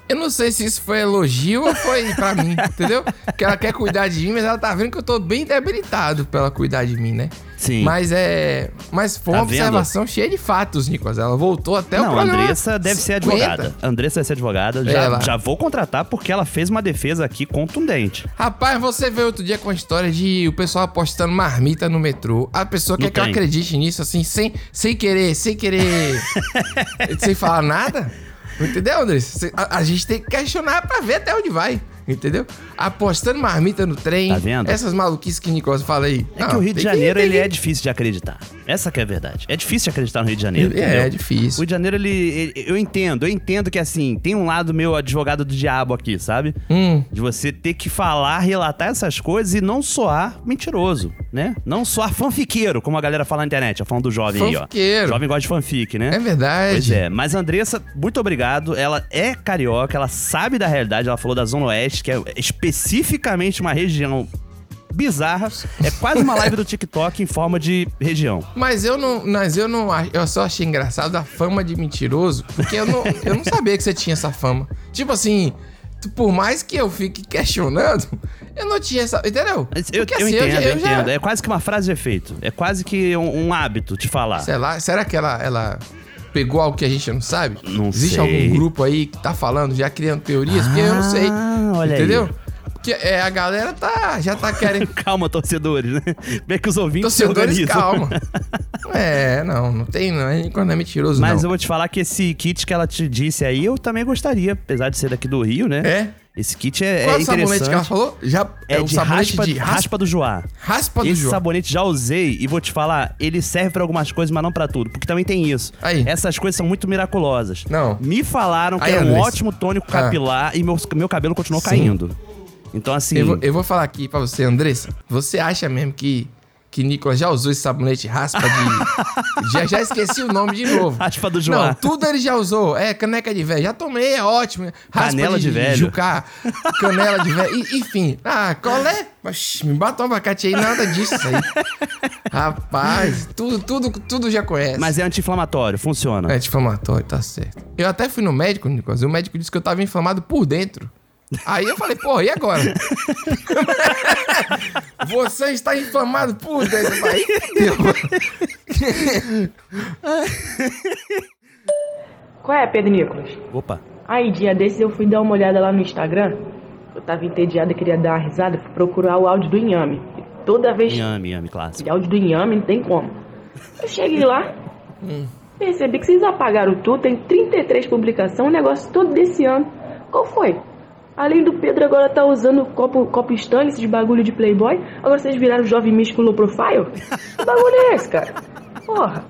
C: Eu não sei se isso foi elogio ou foi pra
B: (laughs)
C: mim, entendeu? Que ela quer cuidar de mim, mas ela tá vendo que eu tô bem debilitado pra ela cuidar de mim, né?
B: Sim.
C: Mas é. Mas foi
B: Tá
C: uma
B: vendo?
C: observação cheia de fatos, Nicolas. Ela voltou até o
B: Não, a
C: programa
B: Andressa deve ser
C: 50.
B: advogada. A Andressa deve ser advogada. Já,
C: Ela.
B: já vou contratar porque ela fez uma defesa aqui contundente.
C: Rapaz, você veio outro dia com a história de o pessoal apostando marmita no metrô. A pessoa
B: Não
C: quer que eu
B: tem.
C: acredite nisso, assim, sem, sem querer, sem
B: (laughs)
C: querer. sem falar nada. Entendeu, André? Cê- A, a gente tem que questionar pra ver até onde vai. Entendeu? Apostando marmita no trem.
B: Tá vendo?
C: Essas maluquices que Nicolas fala aí.
B: É que o Rio de Janeiro, ele é difícil de acreditar. Essa que é a verdade. É difícil de acreditar no Rio de Janeiro,
C: É,
B: entendeu?
C: é difícil.
B: O Rio de Janeiro, ele, ele- Eu entendo, eu entendo que, assim, tem um lado meu advogado do diabo aqui, sabe?
C: Hum,
B: De você ter que falar, relatar essas coisas e não soar mentiroso, né? Não soar fanfiqueiro, como a galera fala na internet. tá Falando do jovem aí, ó.
C: Fanfiqueiro.
B: Jovem gosta de fanfic, né?
C: É verdade.
B: Pois é. Mas a Andressa, muito obrigado. Ela é carioca, ela sabe da realidade. Ela falou da Zona Oeste, que é especificamente uma região bizarra. É quase uma live do TikTok em forma de região.
C: Mas eu não. Mas eu não. ach- Eu só achei engraçado a fama de mentiroso. Porque eu não, eu não sabia que você tinha essa fama. Tipo assim, tu- por mais que eu fique questionando, eu não tinha essa. Entendeu?
B: Eu,
C: Porque,
B: eu
C: assim,
B: entendo, eu,
C: já- já-
B: entendo. É quase que uma frase de efeito. É quase que um, um hábito de falar.
C: Sei lá, será que ela, ela pegou algo que a gente não sabe? Não Existe
B: sei.
C: algum grupo aí que tá falando, já criando teorias? porque eu não sei.
B: Ah, olha aí.
C: entendeu? Porque é, a galera tá, já tá
B: (laughs)
C: querendo.
B: calma, torcedores, né? Como é que os ouvintes
C: Torcedores,
B: se organizam?
C: calma. É, não, não tem, não. é Quando é mentiroso,
B: Mas
C: não.
B: eu vou te falar que esse kit que ela te disse aí, eu também gostaria, apesar de ser daqui do Rio, né?
C: É?
B: Esse kit é,
C: Qual
B: é
C: o sabonete
B: interessante.
C: que ela falou? Já,
B: É,
C: um
B: de,
C: sabonete
B: raspa,
C: de
B: raspa, do Joá.
C: Raspa do
B: Esse
C: Joá.
B: sabonete já usei e vou te falar, ele serve pra algumas coisas, mas não pra tudo, porque também tem isso. Essas coisas são muito miraculosas.
C: Não.
B: Me falaram que
C: Aí,
B: era um
C: Andressa.
B: ótimo tônico
C: Ah.
B: capilar e meu, meu cabelo continuou
C: Sim.
B: caindo. Então assim,
C: Eu vou, eu vou falar aqui pra você, Andressa. Você acha mesmo que, que Nicolas já usou esse sabonete raspa
B: (laughs)
C: de. já, já esqueci o nome de novo.
B: Raspa do Joá.
C: Não, tudo ele já usou. É, caneca de velho. Já tomei, é ótimo. Raspa
B: Canela de velho.
C: Jucá, canela de velho. E- Enfim. Ah, qual é? Oxi, Me bata um abacate aí, nada disso aí.
B: (laughs)
C: Rapaz, tudo, tudo, tudo já conhece.
B: mas é anti-inflamatório, funciona. É
C: anti-inflamatório, tá certo. Eu até fui no médico, Nicolas, e o médico disse que eu tava inflamado por dentro. Aí eu falei, porra, e agora? (laughs) Você está inflamado por dentro, pai.
M: Qual é, Pedro Nicolas?
B: Opa.
M: Aí, dia desses eu fui dar uma olhada lá no Instagram. Eu tava entediada, queria dar uma risada, fui procurar o áudio do Inhame. Toda vez
B: Yami, yami, clássico.
M: que áudio do Inhame, não tem como. Eu cheguei lá, percebi que vocês apagaram tudo, tem 33 publicações, um negócio todo desse ano. Qual foi? Além do Pedro agora tá usando copo, copo Stanley, esses bagulho de Playboy, agora vocês viraram jovem místico low profile? Que bagulho é esse, cara? Porra.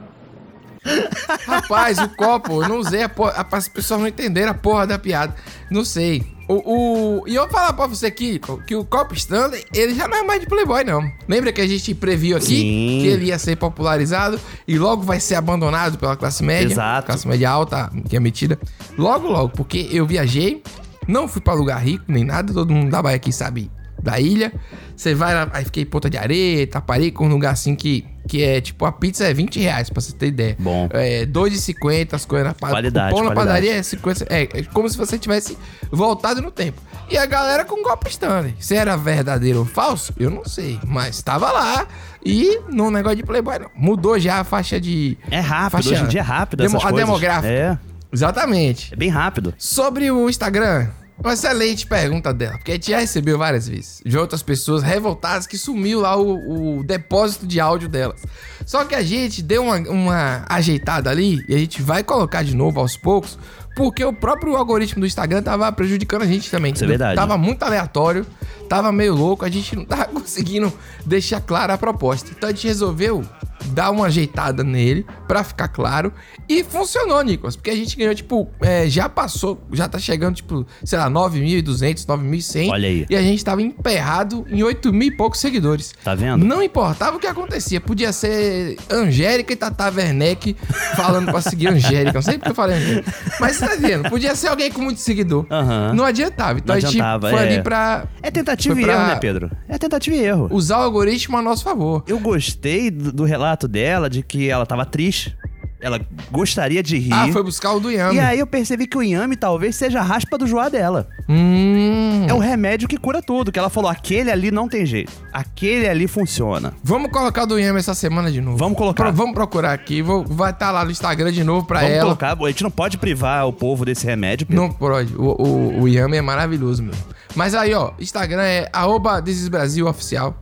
C: Rapaz, o copo, eu não usei a porra. Rapaz, as pessoas não entenderam a porra da piada. Não sei. O, o- E eu vou falar pra você aqui co- que o Cop Stanley, ele já não é mais de Playboy, não. Lembra que a gente previu aqui
B: Sim.
C: que ele ia ser popularizado e logo vai ser abandonado pela classe média?
B: Exato.
C: Classe média alta, que é metida. Logo, logo, porque eu viajei, não fui pra lugar rico nem nada, todo mundo da Bahia aqui sabe da ilha. Você vai lá, aí fiquei em Ponta de Areia, Taparica, um lugar assim que, que é tipo, a pizza é 20 reais, pra você ter ideia. Bom. É 2,50 as coisas na padaria.
B: Qualidade,
C: o pão na
B: qualidade.
C: padaria é 50. É, é como se você tivesse voltado no tempo. E a galera com golpe Stanley. Se era verdadeiro ou falso, eu não sei. Mas tava lá. E não é um negócio de Playboy, não. Mudou já a faixa de.
B: É rápido, hoje em dia é rápido
C: Demo,
B: essas
C: a
B: coisas.
C: demográfica.
B: É.
C: Exatamente.
B: É bem rápido.
C: Sobre o Instagram, uma excelente pergunta dela, porque a gente já recebeu várias vezes de outras pessoas revoltadas que sumiu lá o, o depósito de áudio delas. Só que a gente deu uma, uma ajeitada ali e a gente vai colocar de novo aos poucos, porque o próprio algoritmo do Instagram tava prejudicando a gente também.
B: Isso é verdade.
C: Tava muito aleatório, tava meio louco, a gente não tava (laughs) conseguindo deixar clara a proposta. Então a gente resolveu dar uma ajeitada nele pra ficar claro e funcionou, Nicolas, porque a gente ganhou, tipo, é, já passou, já tá chegando, tipo, sei lá, 9.200, 9.100.
B: Olha aí.
C: E a gente tava emperrado em 8 mil e poucos seguidores.
B: Tá vendo?
C: Não importava o que acontecia. Podia ser Angélica e Tata Werneck falando pra seguir Angélica. Não sei porque eu falei Angélica. Mas você tá vendo? Podia ser alguém com muito seguidor. Não adiantava. Então
B: Não
C: a
B: adiantava,
C: gente foi
B: é.
C: ali pra.
B: É tentativa
C: foi
B: e
C: pra
B: erro, né, Pedro? É tentativa e erro.
C: Usar o algoritmo a nosso favor.
B: Eu gostei do, do relato dela de que ela tava triste. Ela gostaria de rir.
C: Ah, foi buscar o do Yami.
B: E aí eu percebi que o inhame talvez seja a raspa do joá dela.
C: Hum.
B: É o remédio que cura tudo. Que ela falou, aquele ali não tem jeito. Aquele ali funciona.
C: Vamos colocar o do Yami essa semana de novo. Vamos colocar. vamos procurar aqui. Vou, vai estar lá no Instagram de novo pra
B: Vamos
C: Ah, ela.
B: colocar. A gente não pode privar o povo desse remédio. Pedro.
C: Não pode. O, o, o Yami é maravilhoso, meu. Mas aí, ó, Instagram é arroba This is Brasil oficial.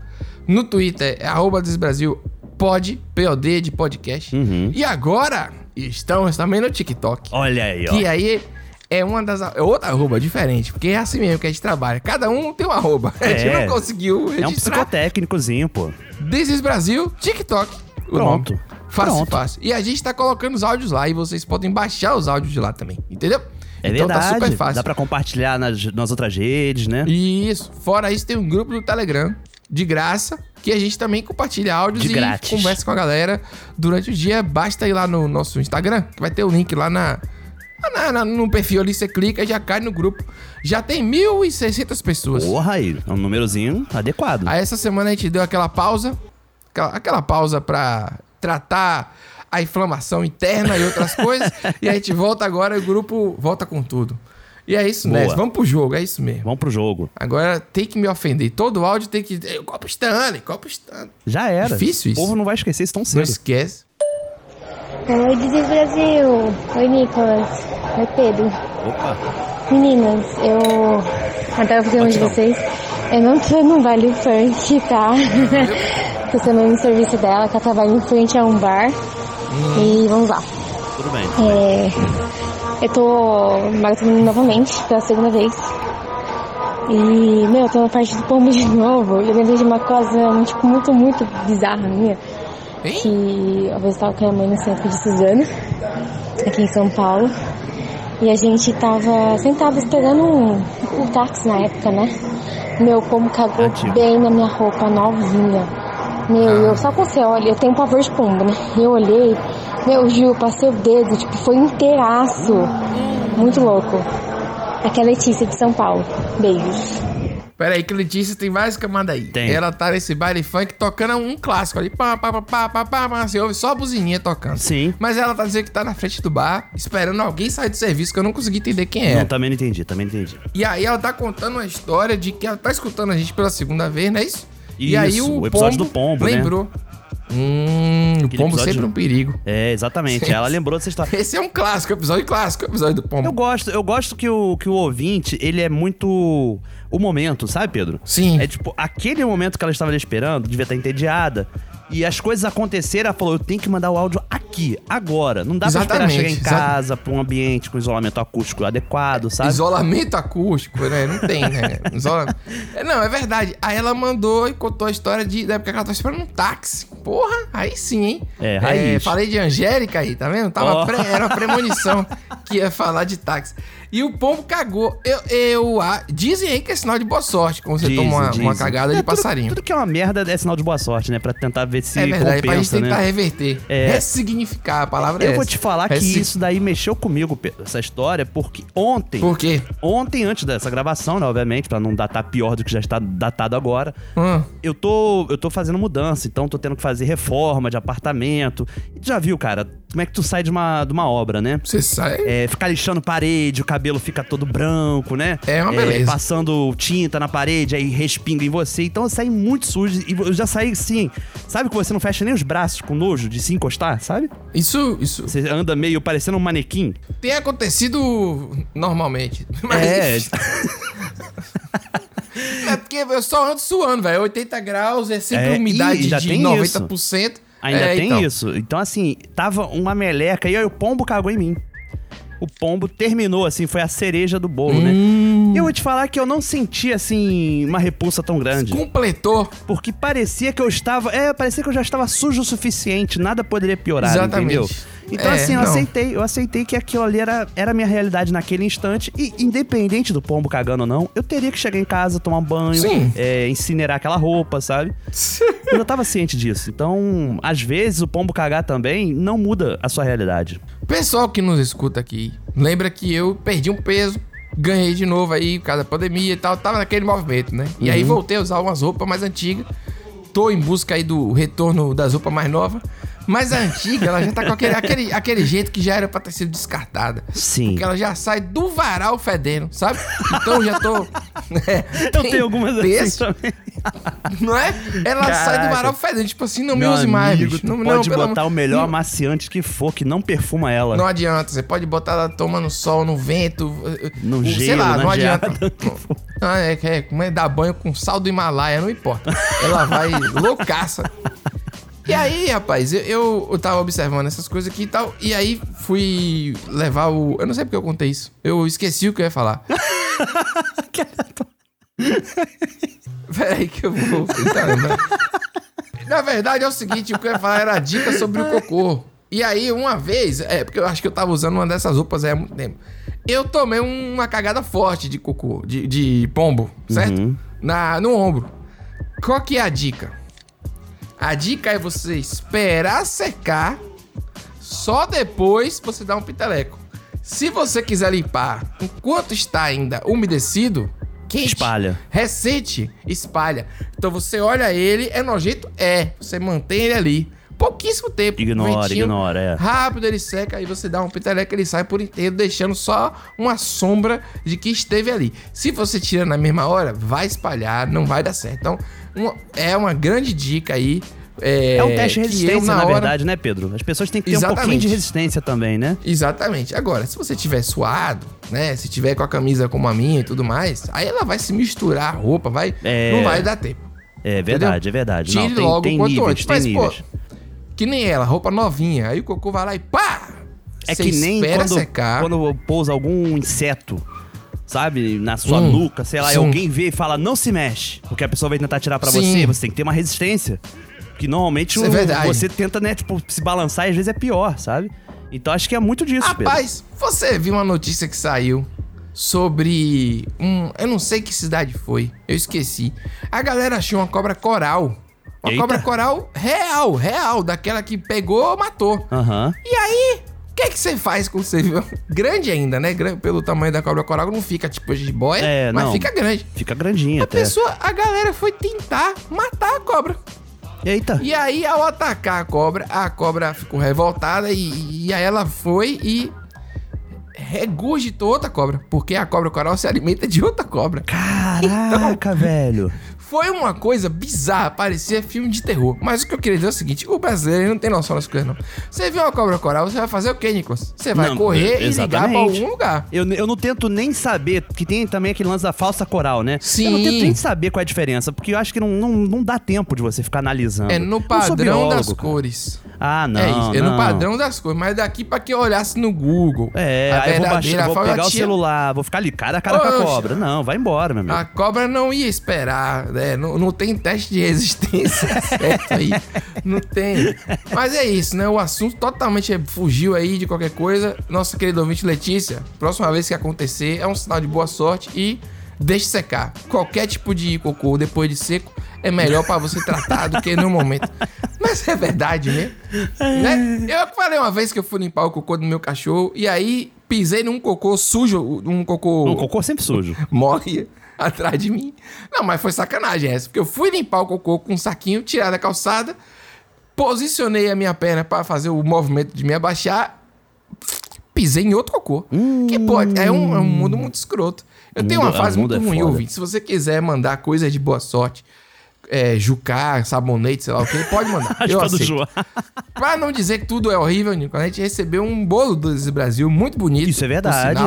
C: No Twitter é arroba This is Brasil pod, POD de podcast.
B: Uhum.
C: E agora, estamos também no TikTok.
B: Olha aí, ó.
C: Que aí é uma das. É outra arroba diferente, porque é assim mesmo que a gente trabalha. Cada um tem uma arroba. A gente
B: É.
C: não conseguiu
B: É um
C: registrar.
B: psicotécnicozinho, pô.
C: This is Brasil, TikTok. o
B: Pronto.
C: nome. Fácil,
B: Pronto.
C: fácil. E a gente tá colocando os áudios lá e vocês podem baixar os áudios de lá também, entendeu?
B: É
C: Então tá
B: verdade. Dá pra compartilhar nas, nas outras redes, né?
C: Isso. Fora isso, tem um grupo do Telegram, de graça, que a gente também compartilha áudios
B: De
C: e
B: grátis.
C: conversa com a galera durante o dia. Basta ir lá no nosso Instagram, que vai ter o link lá na, na- na- no perfil ali. Você clica e já cai no grupo. Já tem 1.600 pessoas.
B: Porra aí, é um númerozinho adequado.
C: Aí essa semana a gente deu aquela pausa, aquela, aquela pausa pra tratar a inflamação interna e outras
B: (laughs)
C: coisas. e a gente volta agora e o grupo volta com tudo. E é isso, né?
B: Boa.
C: Vamos pro jogo, é isso mesmo.
B: Vamos pro jogo.
C: Agora tem que me ofender. Todo áudio tem que. Eh, Copa Stanley, Copa Stanley.
B: Já era.
C: Difícil isso.
B: O povo não vai esquecer isso tão cedo.
C: Não esquece.
L: Oi, Desis Brasil. Oi, Nicolas. Oi, Pedro.
B: Opa.
L: Meninas, eu adoro o programa de vocês. Eu não tô no Vale Funk, (laughs) tá? tô também no serviço dela, que ela trabalha em frente a um bar. E vamos lá.
B: Tudo bem.
L: É, eu tô maratonando novamente pela segunda vez. E, meu, eu tô na parte do pombo de (laughs) novo. Eu lembrei de uma coisa, tipo, muito, muito bizarra minha. Que eu estava com a minha mãe no centro de Suzano, aqui em São Paulo. E a gente tava sentado esperando um, um táxi na época, né? Meu, como cagou bem na minha roupa novinha. Meu, eu só quando você olha, eu tenho pavor de pombo, né? Eu olhei, meu Gil, eu passei o dedo, tipo, foi inteiraço. Muito louco. Aqui é a Letícia de São Paulo. Beijos.
C: Pera aí, que Letícia tem várias camadas aí.
B: Tem.
C: Ela tá nesse baile funk tocando um clássico ali. Pá, pá, pá, pá, pá, pá, pá. Você ouve só a buzininha tocando.
B: Sim.
C: Mas ela tá dizendo que tá na frente do bar, esperando alguém sair do serviço, que eu não consegui entender quem era.
B: Não, também não entendi, também não entendi.
C: E aí ela tá contando uma história de que ela tá escutando a gente pela segunda vez, não é isso? e aí
B: Isso, o episódio do pombo, né?
C: lembrou. Hum, o
B: Aquele
C: pombo
B: episódio-
C: sempre um perigo.
B: É, exatamente. Ela lembrou dessa história.
C: Esse é um clássico, episódio clássico, episódio do pombo.
B: Eu gosto, eu gosto que o, que o ouvinte, ele é muito o momento, sabe, Pedro?
C: Sim.
B: É tipo, aquele momento que ela estava ali esperando, devia estar entediada. E as coisas aconteceram, ela falou, eu tenho que mandar o áudio aqui, agora. Não dá pra esperar
C: Exatamente,
B: chegar em
C: exa-
B: casa, pra um ambiente com isolamento acústico adequado, sabe?
C: Isolamento acústico, né? Não tem, né? Isola- É, Não, é verdade. Aí ela mandou e contou a história de, da época que ela tava esperando um táxi. Porra, aí sim, hein?
B: É, raiz.
C: falei de Angélica aí, tá vendo? Tava
B: Ó.
C: pre- Era uma premonição que ia falar de táxi. E o pombo cagou. Eu, eu, ah, dizem aí que é sinal de boa sorte quando você
B: Dizem,
C: toma uma, uma
B: dizem.
C: cagada
B: É,
C: de
B: tudo-
C: passarinho.
B: Tudo que é uma merda é sinal de boa sorte, né? Pra tentar ver se
C: É verdade, pra gente
B: compensa,
C: tentar
B: né?
C: reverter.
B: É.
C: Ressignificar, a palavra é
B: Eu
C: essa.
B: vou te falar que
C: Ressi-
B: isso daí mexeu comigo, Pedro, essa história, porque ontem.
C: Por quê?
B: Ontem, antes dessa gravação, né, obviamente, pra não datar pior do que já está datado agora,
C: Hum.
B: eu tô eu tô fazendo mudança, então tô tendo que fazer reforma de apartamento. E tu já viu, cara, como é que tu sai de uma, de uma obra, né?
C: Você sai?
B: É, ficar lixando parede, o cabelo fica todo branco, né?
C: É uma beleza.
B: passando tinta na parede, aí respinga em você. Então eu saí muito sujo. E eu já saí assim. Sabe que você não fecha nem os braços com nojo de se encostar, sabe?
C: Isso, isso.
B: Você anda meio parecendo um manequim.
C: Tem acontecido normalmente. (laughs) Mas
B: É.
C: é porque eu só ando suando, velho. 80 graus, é sempre
B: É,
C: umidade
B: e já
C: de
B: tem
C: 90%.
B: Ainda
C: É,
B: tem
C: então.
B: isso. Então, assim, tava uma meleca e aí o pombo cagou em mim. O pombo terminou, assim, foi a cereja do bolo,
C: Hum.
B: né? Eu vou te falar que eu não senti, assim, uma repulsa tão grande.
C: Completou.
B: Porque parecia que eu estava. É, parecia que eu já estava sujo o suficiente, nada poderia piorar,
C: Exatamente.
B: entendeu? Então,
C: É,
B: assim, eu
C: não.
B: aceitei, eu aceitei que aquilo ali era, era a minha realidade naquele instante. E independente do pombo cagando ou não, eu teria que chegar em casa, tomar um banho,
C: Sim.
B: é, incinerar aquela
C: (laughs)
B: roupa, sabe? eu já tava ciente disso. Então, às vezes, o pombo cagar também não muda a sua realidade.
C: Pessoal que nos escuta aqui, lembra que eu perdi um peso, ganhei de novo aí por causa da pandemia e tal, tava naquele movimento, né? E aí
B: Uhum.
C: voltei a usar umas roupas mais antigas. Tô em busca aí do retorno das roupas mais novas. Mas a antiga, ela já tá com aquele, aquele, aquele jeito que já era pra ter sido descartada.
B: (laughs) Sim.
C: Porque ela já sai do varal fedendo, sabe? Então já tô. (laughs) né,
B: Eu tenho algumas assim também.
C: Não é? Ela sai do
B: Caraca.
C: varal fedendo. Tipo assim, não me
B: Meu
C: use mais,
B: amigo,
C: bicho.
B: tu
C: Não, não,
B: pode
C: pelo amor-
B: botar o melhor
C: Não-
B: amaciante que for, que não perfuma ela.
C: não adianta, você pode botar ela tomando sol, no vento,
B: No
C: o- sei
B: gelo,
C: lá,
B: na
C: não
B: geada. (laughs)
C: adianta. Ah, é, é, como é dar banho com sal do Himalaia, não importa. Ela
B: (laughs)
C: vai loucaça. E aí, rapaz, eu, eu, eu tava observando essas coisas aqui e tal, e aí fui levar o. Eu não sei porque eu contei isso. Eu esqueci o que eu ia falar. Peraí que eu vou tentar lembrar. Na verdade é o seguinte, o que eu ia falar era a dica sobre o cocô. E aí, uma vez, é porque eu acho que eu tava usando uma dessas roupas aí há muito tempo. Eu tomei uma cagada forte de cocô, de, de pombo, certo? Na, no ombro. Qual que é a dica? A dica é você esperar secar, só depois você dá um piteleco. Se você quiser limpar enquanto está ainda umedecido, quente,
B: Espalha.
C: recente, espalha. Então você olha ele, é nojento? É. Você mantém ele ali. Pouquíssimo tempo.
B: Ignora, ignora, é.
C: Rápido ele seca, aí você dá um piteleco, ele sai por inteiro, deixando só uma sombra de que esteve ali. Se você tira na mesma hora, vai espalhar, não vai dar certo. Então, uma- é uma grande dica aí. É,
B: É um teste de
C: que eu,
B: resistência, na,
C: hora-
B: verdade, né, Pedro? As pessoas têm que ter um pouquinho
C: Exatamente.
B: de resistência também, né?
C: Exatamente. Agora, se você tiver suado, né? Se tiver com a camisa como a minha e tudo mais, aí ela vai se misturar a roupa, vai.
B: É.
C: Não vai dar tempo.
B: É verdade, é verdade.
C: Tire
B: Não, tem,
C: logo
B: tem
C: quanto
B: níveis,
C: antes.
B: tem
C: Mas, pô,
B: níveis.
C: que nem ela, roupa novinha. Aí o cocô vai lá e pá!
B: é
C: Você
B: que nem
C: espera
B: quando,
C: secar.
B: quando pousa algum inseto, sabe, na sua
C: Hum,
B: nuca, sei lá, e
C: sim.
B: alguém vê e fala, não se mexe. Porque a pessoa vai tentar tirar pra
C: Sim.
B: você, você tem que ter uma resistência. Que normalmente
C: Isso é
B: o-
C: verdade.
B: você tenta, né, tipo, se balançar e às vezes é pior, sabe? Então acho que é muito disso,
C: Rapaz, você viu uma notícia que saiu sobre um, eu não sei que cidade foi, eu esqueci. A galera achou uma cobra coral. Uma
B: Eita.
C: cobra coral real, real, daquela que pegou, matou.
B: Pedro. Aham.
C: E aí, o que que você faz com você viu? (laughs) Grande ainda, né? Gran- Pelo tamanho da cobra coral, não fica tipo de boia,
B: É,
C: mas
B: não.
C: fica grande.
B: Fica grandinho
C: A
B: até.
C: pessoa, a galera foi tentar matar a cobra.
B: Eita.
C: E aí, ao atacar a cobra, a cobra ficou revoltada e, e aí ela foi e regurgitou outra cobra. Porque a cobra coral se alimenta de outra cobra.
B: Caraca,
C: Então.
B: velho.
C: Foi uma coisa bizarra, parecia filme de terror. Mas o que eu queria dizer é o seguinte: o brasileiro não tem noção das coisas, não. Você vê uma cobra coral, você vai fazer o quê, Nicolas? Você vai
B: Não,
C: correr e ligar pra
B: exatamente.
C: algum lugar.
B: Eu, eu não tento nem saber, que tem também aquele lance da falsa coral, né? Eu não
C: Sim.
B: tento nem saber qual é a diferença, porque eu acho que não, não, não dá tempo de você ficar analisando.
C: É no
B: Eu não sou
C: padrão das
B: biólogo, cara.
C: cores.
B: Ah, não.
C: é isso, é no
B: não.
C: padrão das coisas. Mas daqui pra quem olhasse no Google.
B: É,
C: a
B: aí eu vou,
C: verdadeira
B: baixar, vou
C: forma,
B: pegar o
C: tinha-
B: celular, vou ficar ali cara a cara com a
C: Oxe.
B: cobra. Não, vai embora, meu amigo.
C: A cobra não ia esperar, né? Não, não tem teste de resistência (laughs) certo aí. Não tem. Mas é isso, né? O assunto totalmente é- fugiu aí de qualquer coisa. Nossa querida ouvinte Letícia, próxima vez que acontecer, é um sinal de boa sorte e deixe secar. Qualquer tipo de cocô depois de seco é melhor pra você tratar do que no momento. Mas é verdade mesmo. Né? Eu falei uma vez que eu fui limpar o cocô do meu cachorro e aí pisei num cocô sujo, um cocô. Um
B: cocô é sempre sujo.
C: (laughs) Morre atrás de mim. Não, mas foi sacanagem essa, porque eu fui limpar o cocô com um saquinho, tirar da calçada, posicionei a minha perna pra fazer o movimento de me abaixar, pisei em outro cocô. Que pode. É um, é um mundo muito escroto. Eu
B: O
C: tenho
B: mundo-
C: uma fase
B: o mundo
C: muito
B: é
C: ruim,
B: foda.
C: ouvinte. Se você quiser mandar coisa de boa sorte, é, jucá, sabonete, sei lá o que, pode
B: (laughs)
C: mandar.
B: (laughs) Acho
C: Eu
B: que é do
C: aceito.
B: Joá.
C: Pra não dizer que tudo é horrível, Nico, a gente recebeu um bolo do Desis Brasil muito bonito. Isso é
B: verdade.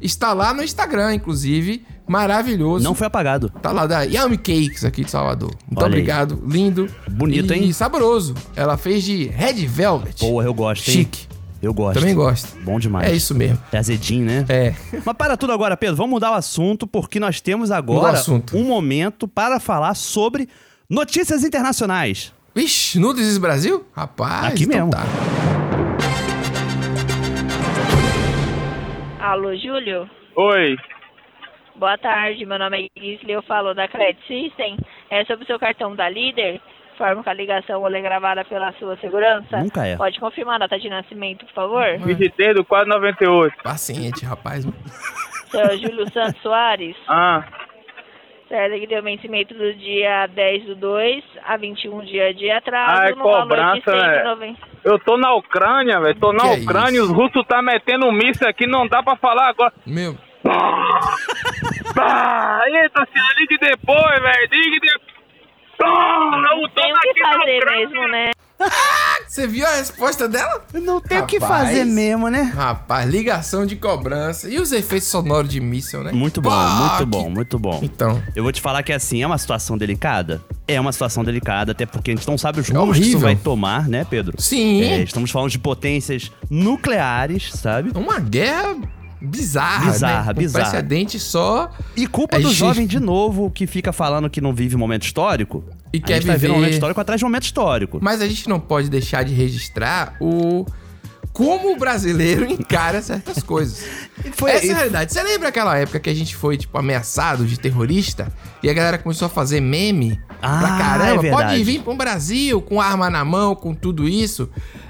C: Está lá no Instagram, inclusive. Maravilhoso.
B: Não foi apagado.
C: Tá lá da Yami Cakes aqui de Salvador. Muito
B: Olha aí.
C: obrigado. Lindo.
B: Bonito,
C: e
B: hein?
C: saboroso. Ela fez de Red Velvet.
B: Porra, eu gosto, hein?
C: Chique.
B: Eu gosto.
C: Também gosto.
B: Bom demais.
C: É isso mesmo.
B: É azedinho, né?
C: É.
B: Mas para tudo agora, Pedro, vamos mudar o assunto, porque nós temos
C: Mudar o
B: agora
C: assunto.
B: um momento para falar sobre notícias internacionais.
C: Vixe, no Desis Brasil? Rapaz. então tá.
B: Aqui mesmo.
N: Alô, Júlio?
O: Oi.
N: Boa tarde, meu nome é Gisle, eu falo da Credit System. É sobre o seu cartão da Líder, forma que a ligação ou é gravada pela sua segurança.
O: Nunca é. Uhum.
N: Pode confirmar a data de nascimento, por favor?
O: Digitei do 498.
C: Paciente, rapaz.
N: Seu Júlio Santos Soares.
O: Ah,
N: Certo, que deu vencimento do dia 10 do 2 a 21 dia de atraso.
O: Ah, é
N: no valor de
O: cobrança, né?
N: 190.
O: eu tô na Ucrânia, velho. Tô na
N: Que
O: Ucrânia e os russos tá metendo um míssil aqui, não dá pra falar agora.
C: Meu.
O: Bah, eita, senhora, ligue depois, velho. Ligue Ah, depois. Bah, eu tô
N: Tem o que
O: aqui na
N: fazer
O: Ucrânia.
N: mesmo, né?
C: Você viu a resposta dela?
B: Não tem
C: o que fazer mesmo, né? Rapaz, ligação de cobrança. E os efeitos sonoros de míssel, né?
B: Muito bom,
C: Pá,
B: muito bom, muito bom.
C: Então.
B: Eu vou te falar que assim, é uma situação delicada? É uma situação delicada, até porque a gente não sabe os rumos que isso
C: É horrível.
B: vai tomar, né, Pedro?
C: Sim.
B: É, estamos falando de potências nucleares, sabe?
C: Uma guerra bizarra.
B: Bizarra,
C: né? Com
B: bizarra.
C: precedente só.
B: E culpa
C: É
B: do
C: justo.
B: jovem de novo que fica falando que não vive momento histórico.
C: E quer
B: a gente tá vendo
C: viver.
B: um momento histórico atrás de um momento histórico.
C: Mas a gente não pode deixar de registrar o. Como o brasileiro (laughs) encara certas coisas.
B: foi-
C: Essa é
B: e-
C: a realidade. Você lembra aquela época que a gente foi, tipo, ameaçado de terrorista? E a galera começou a fazer meme? pra
B: Ah, é
C: caramba,
B: verdade.
C: pode vir pro Brasil com arma na mão, com tudo isso.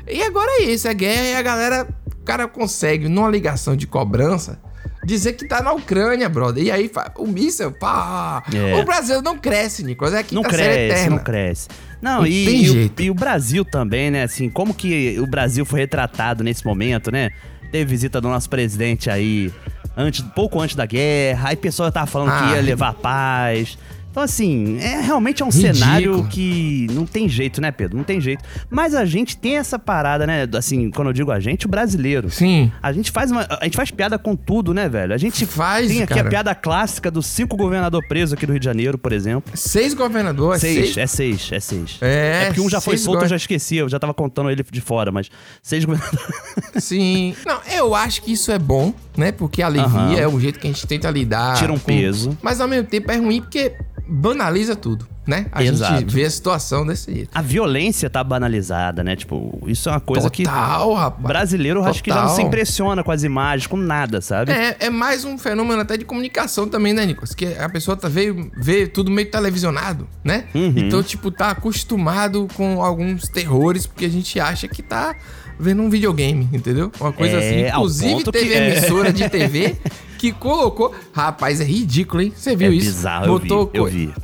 C: E agora é isso, é guerra e a galera, o cara consegue, numa ligação de cobrança, dizer que tá na Ucrânia, brother. E aí fa- o míssel, pá.
B: É.
C: O Brasil não cresce, Nicolas, é a quinta
B: Não
C: série
B: cresce,
C: eterna.
B: não cresce. Não,
C: Não
B: e,
C: tem
B: e o-
C: jeito.
B: e o Brasil também, né? Assim, como que o Brasil foi retratado nesse momento, né? Teve visita do nosso presidente aí antes, pouco antes da guerra, aí o pessoal tava falando que
C: Ah.
B: ia levar paz. Então, assim, é realmente é um
C: Ridículo.
B: cenário que não tem jeito, né, Pedro? Não tem jeito. Mas a gente tem essa parada, né? Assim, quando eu digo a gente, o brasileiro.
C: Sim.
B: A gente faz, uma- a gente faz piada com tudo, né, velho? A gente
C: Faz,
B: tem aqui
C: cara.
B: a piada clássica dos cinco governador presos aqui do Rio de Janeiro, por exemplo.
C: Seis governadores,
B: Seis,
C: seis.
B: é seis, é seis.
C: É,
B: porque um já foi
C: seis
B: solto, eu
C: gosta.
B: já esqueci, eu já tava contando ele de fora, mas seis governadores.
C: Sim. Não, eu acho que isso é bom, né? Porque alivia,
B: Aham.
C: é o jeito que a gente tenta lidar.
B: Tira um
C: com-
B: peso.
C: Mas ao mesmo tempo é ruim porque banaliza tudo, né? A
B: Exato.
C: gente vê a situação desse jeito.
B: (laughs) A violência tá banalizada, né? Tipo, isso é uma coisa que.
C: Total, rapaz.
B: Brasileiro, eu acho que já não
C: Total.
B: se impressiona com as imagens, com nada, sabe?
C: É, é mais um fenômeno até de comunicação também, né, Nicolas? Que a pessoa tá veio, vê tudo meio televisionado, né?
B: Uhum.
C: Então, tipo, tá acostumado com alguns terrores, porque a gente acha que tá vendo um videogame, entendeu? Uma coisa
B: É,
C: assim.
B: ao
C: Inclusive,
B: ponto
C: teve
B: que- é.
C: emissora
B: (laughs)
C: de TV que colocou. Rapaz, é ridículo, hein? Você viu
B: É
C: isso?
B: bizarro, eu vi, eu
C: co-
B: vi.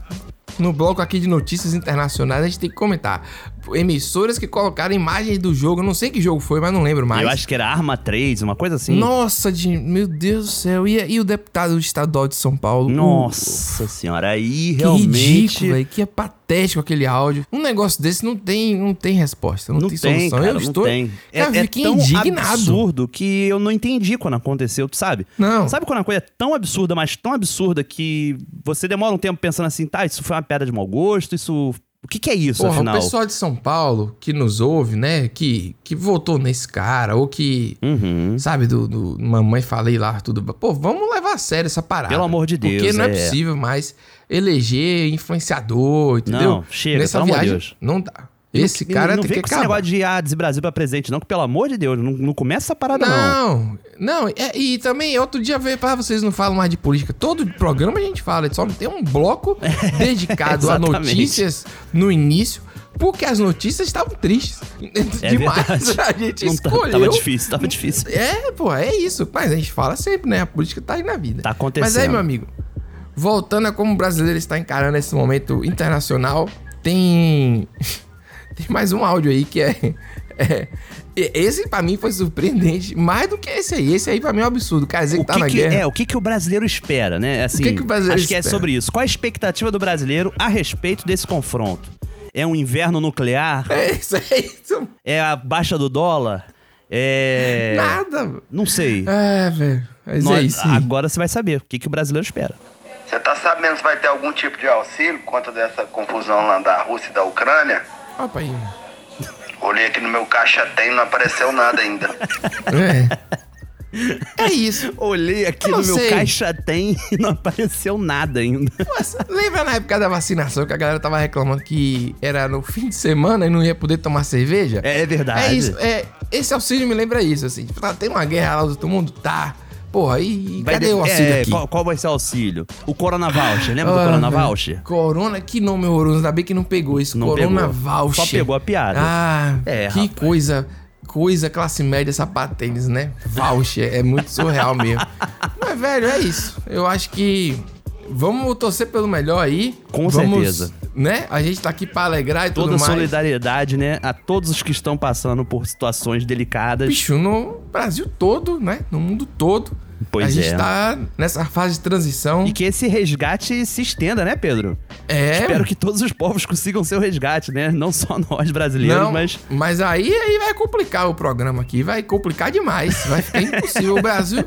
C: No bloco aqui de notícias internacionais, a gente tem que comentar. Emissoras que colocaram imagens do jogo, eu não sei que jogo foi, mas não lembro mais.
B: Eu acho que era Arma 3, uma coisa assim.
C: Nossa, de, meu Deus do céu. E, e o deputado estadual de São Paulo?
B: Nossa senhora, aí
C: que
B: realmente.
C: ridículo, velho. Que é patético aquele áudio. Um negócio desse não tem, não tem resposta, não, tem,
B: tem,
C: solução.
B: cara,
C: eu
B: não
C: estou.
B: tem. É,
C: Cara, eu
B: é
C: fiquei
B: tão
C: indignado.
B: absurdo que eu não entendi quando aconteceu, tu sabe?
C: Não.
B: Sabe quando a coisa é tão absurda, mas tão absurda que você demora um tempo pensando assim, tá, isso foi uma piada de mau gosto, isso O que, que é isso,
C: Porra,
B: afinal?
C: o pessoal de São Paulo que nos ouve, né? Que, que votou nesse cara, ou que.
B: Uhum.
C: Sabe, do, do Mamãe Falei lá, tudo. Pô, vamos levar a sério essa parada.
B: Pelo amor de Deus,
C: Porque não é,
B: é.
C: possível mais eleger influenciador, entendeu?
B: Não, chega,
C: Nessa
B: pelo amor de
C: viagem,
B: Deus.
C: não dá. Esse
B: não,
C: cara
B: não
C: tem
B: vem
C: que
B: com esse
C: acabar.
B: negócio de ah, Brasil pra presente, não, que pelo amor de Deus, não, não começa essa parada, não.
C: Não, não, é- e também outro dia veio pra vocês não falam mais de política. Todo programa a gente fala, só tem um
B: (laughs)
C: bloco dedicado a
B: Exatamente.
C: notícias no início, porque as notícias estavam tristes. (laughs) Demais,
B: É verdade.
C: a gente
B: Não tá-
C: escolheu.
B: tava difícil, tava difícil.
C: É, pô, é isso. Mas a gente fala sempre, né? A política tá aí na vida. Tá
B: acontecendo.
C: Mas aí, meu amigo, voltando a como o brasileiro está encarando esse momento internacional, tem. (laughs) Tem mais um áudio aí que é. (laughs) é- e- esse pra mim foi surpreendente, mais do que esse aí. Esse aí pra mim é um absurdo. Quer dizer que
B: O
C: tá
B: que
C: na
B: que-
C: guerra.
B: é, o que, que o brasileiro espera, né? Assim,
C: O que que o brasileiro
B: acho que é
C: espera?
B: sobre isso. Qual a expectativa do brasileiro a respeito desse confronto? É um inverno nuclear?
C: (laughs) É isso, é isso.
B: É a baixa do dólar? É.
C: Nada.
B: Não sei.
C: É, velho. Mas é
B: Nós-
C: isso.
B: agora você vai saber o que, que o brasileiro espera.
P: Você tá sabendo se vai ter algum tipo de auxílio por conta dessa confusão lá da Rússia e da Ucrânia?
C: Opa aí.
P: Olhei aqui no meu caixa tem não apareceu nada ainda.
B: (laughs)
C: É isso.
B: Olhei aqui
C: Eu não
B: no meu
C: sei.
B: caixa tem e não apareceu nada ainda.
C: Mas lembra na época da vacinação que a galera tava reclamando que era no fim de semana e não ia poder tomar cerveja?
B: É, verdade.
C: É isso, é, esse auxílio me lembra isso, assim. Tipo, tá, tem uma guerra lá do outro mundo? Tá. Porra, e e
B: Vai
C: cadê
B: de-
C: o auxílio
B: é,
C: aqui?
B: Qual, qual vai ser o auxílio? O Corona Voucher, lembra do
C: Ah,
B: Corona
C: velho.
B: Voucher?
C: Corona, que nome horroroso. Ainda bem que não pegou isso.
B: Não
C: Corona
B: pegou.
C: Voucher.
B: Só pegou a piada.
C: Ah,
B: É,
C: que
B: rapaz.
C: coisa, coisa classe média sapatênis, né? Voucher. é muito surreal
B: (laughs)
C: mesmo. Mas, velho, é isso. Eu acho que vamos torcer pelo melhor aí.
B: Com
C: Vamos,
B: certeza.
C: Né? A gente tá aqui pra alegrar e tudo
B: Toda
C: mais.
B: solidariedade, né? A todos os que estão passando por situações delicadas.
C: Bicho, no Brasil todo, né? No mundo todo.
B: Pois
C: a gente
B: é.
C: tá nessa fase de transição.
B: E que esse resgate se estenda, né, Pedro?
C: É.
B: Espero que todos os povos consigam seu resgate, né? Não só (laughs) nós brasileiros,
C: Não,
B: mas.
C: Mas aí, aí vai complicar o programa aqui, vai complicar demais, vai
B: (laughs)
C: ficar impossível. O Brasil,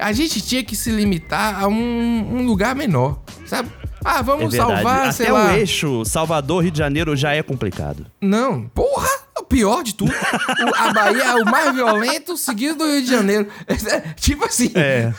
C: a gente tinha que se limitar a um, um lugar menor, sabe? Ah, vamos
B: é verdade.
C: salvar,
B: Até
C: sei
B: o
C: lá.
B: eixo Salvador Rio de Janeiro já é complicado.
C: Não, porra, o pior de tudo. O- a Bahia é o mais violento, seguido do Rio de Janeiro. (laughs) tipo assim, (laughs)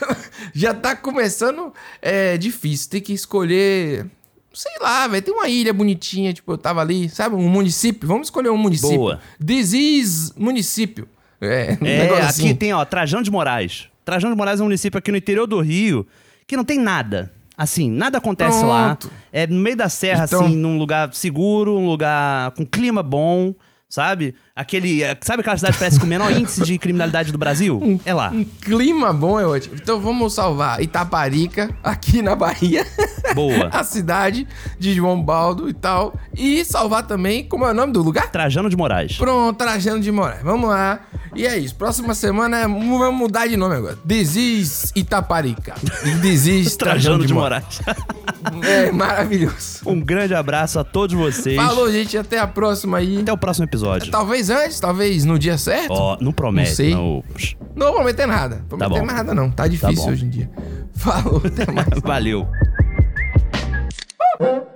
C: já tá começando é, difícil. Tem que escolher, sei lá, velho. Tem uma ilha bonitinha, tipo, eu tava ali, sabe? Um município. Vamos escolher um município.
B: Boa.
C: This is município. É, um
B: É,
C: negócio
B: aqui
C: assim.
B: tem, ó, Trajão de Moraes. Trajão de Moraes é um município aqui no interior do Rio que não tem nada. Assim, nada acontece lá.
C: Pronto.
B: É no meio da serra,
C: Então-
B: assim, num lugar seguro, um lugar com clima bom, sabe? Aquele. é, Sabe aquela cidade que parece com o menor índice de criminalidade do Brasil? É lá.
C: Um clima bom é ótimo. Então vamos salvar Itaparica, aqui na Bahia.
B: Boa.
C: (laughs) a cidade de João Baldo e tal. E salvar também, como é o nome do lugar?
B: Trajano de Moraes.
C: Pronto, Trajano de Moraes. Vamos lá. E é isso. Próxima semana é- mu- vamos mudar de nome agora. Desis Itaparica. Desis
B: (laughs) Trajano de Moraes.
C: É maravilhoso.
B: (laughs) Um grande abraço a todos vocês.
C: Falou, gente. Até a próxima aí.
B: Até o próximo episódio.
C: Talvez antes, talvez no dia certo.
B: Ó, não promete,
C: Não sei.
B: não. (laughs)
C: Não prometer nada.
B: Tá
C: Prometer
B: bom.
C: nada não. Tá difícil
B: bom.
C: hoje em dia. Falou, até mais.
B: Valeu.
D: Tchau.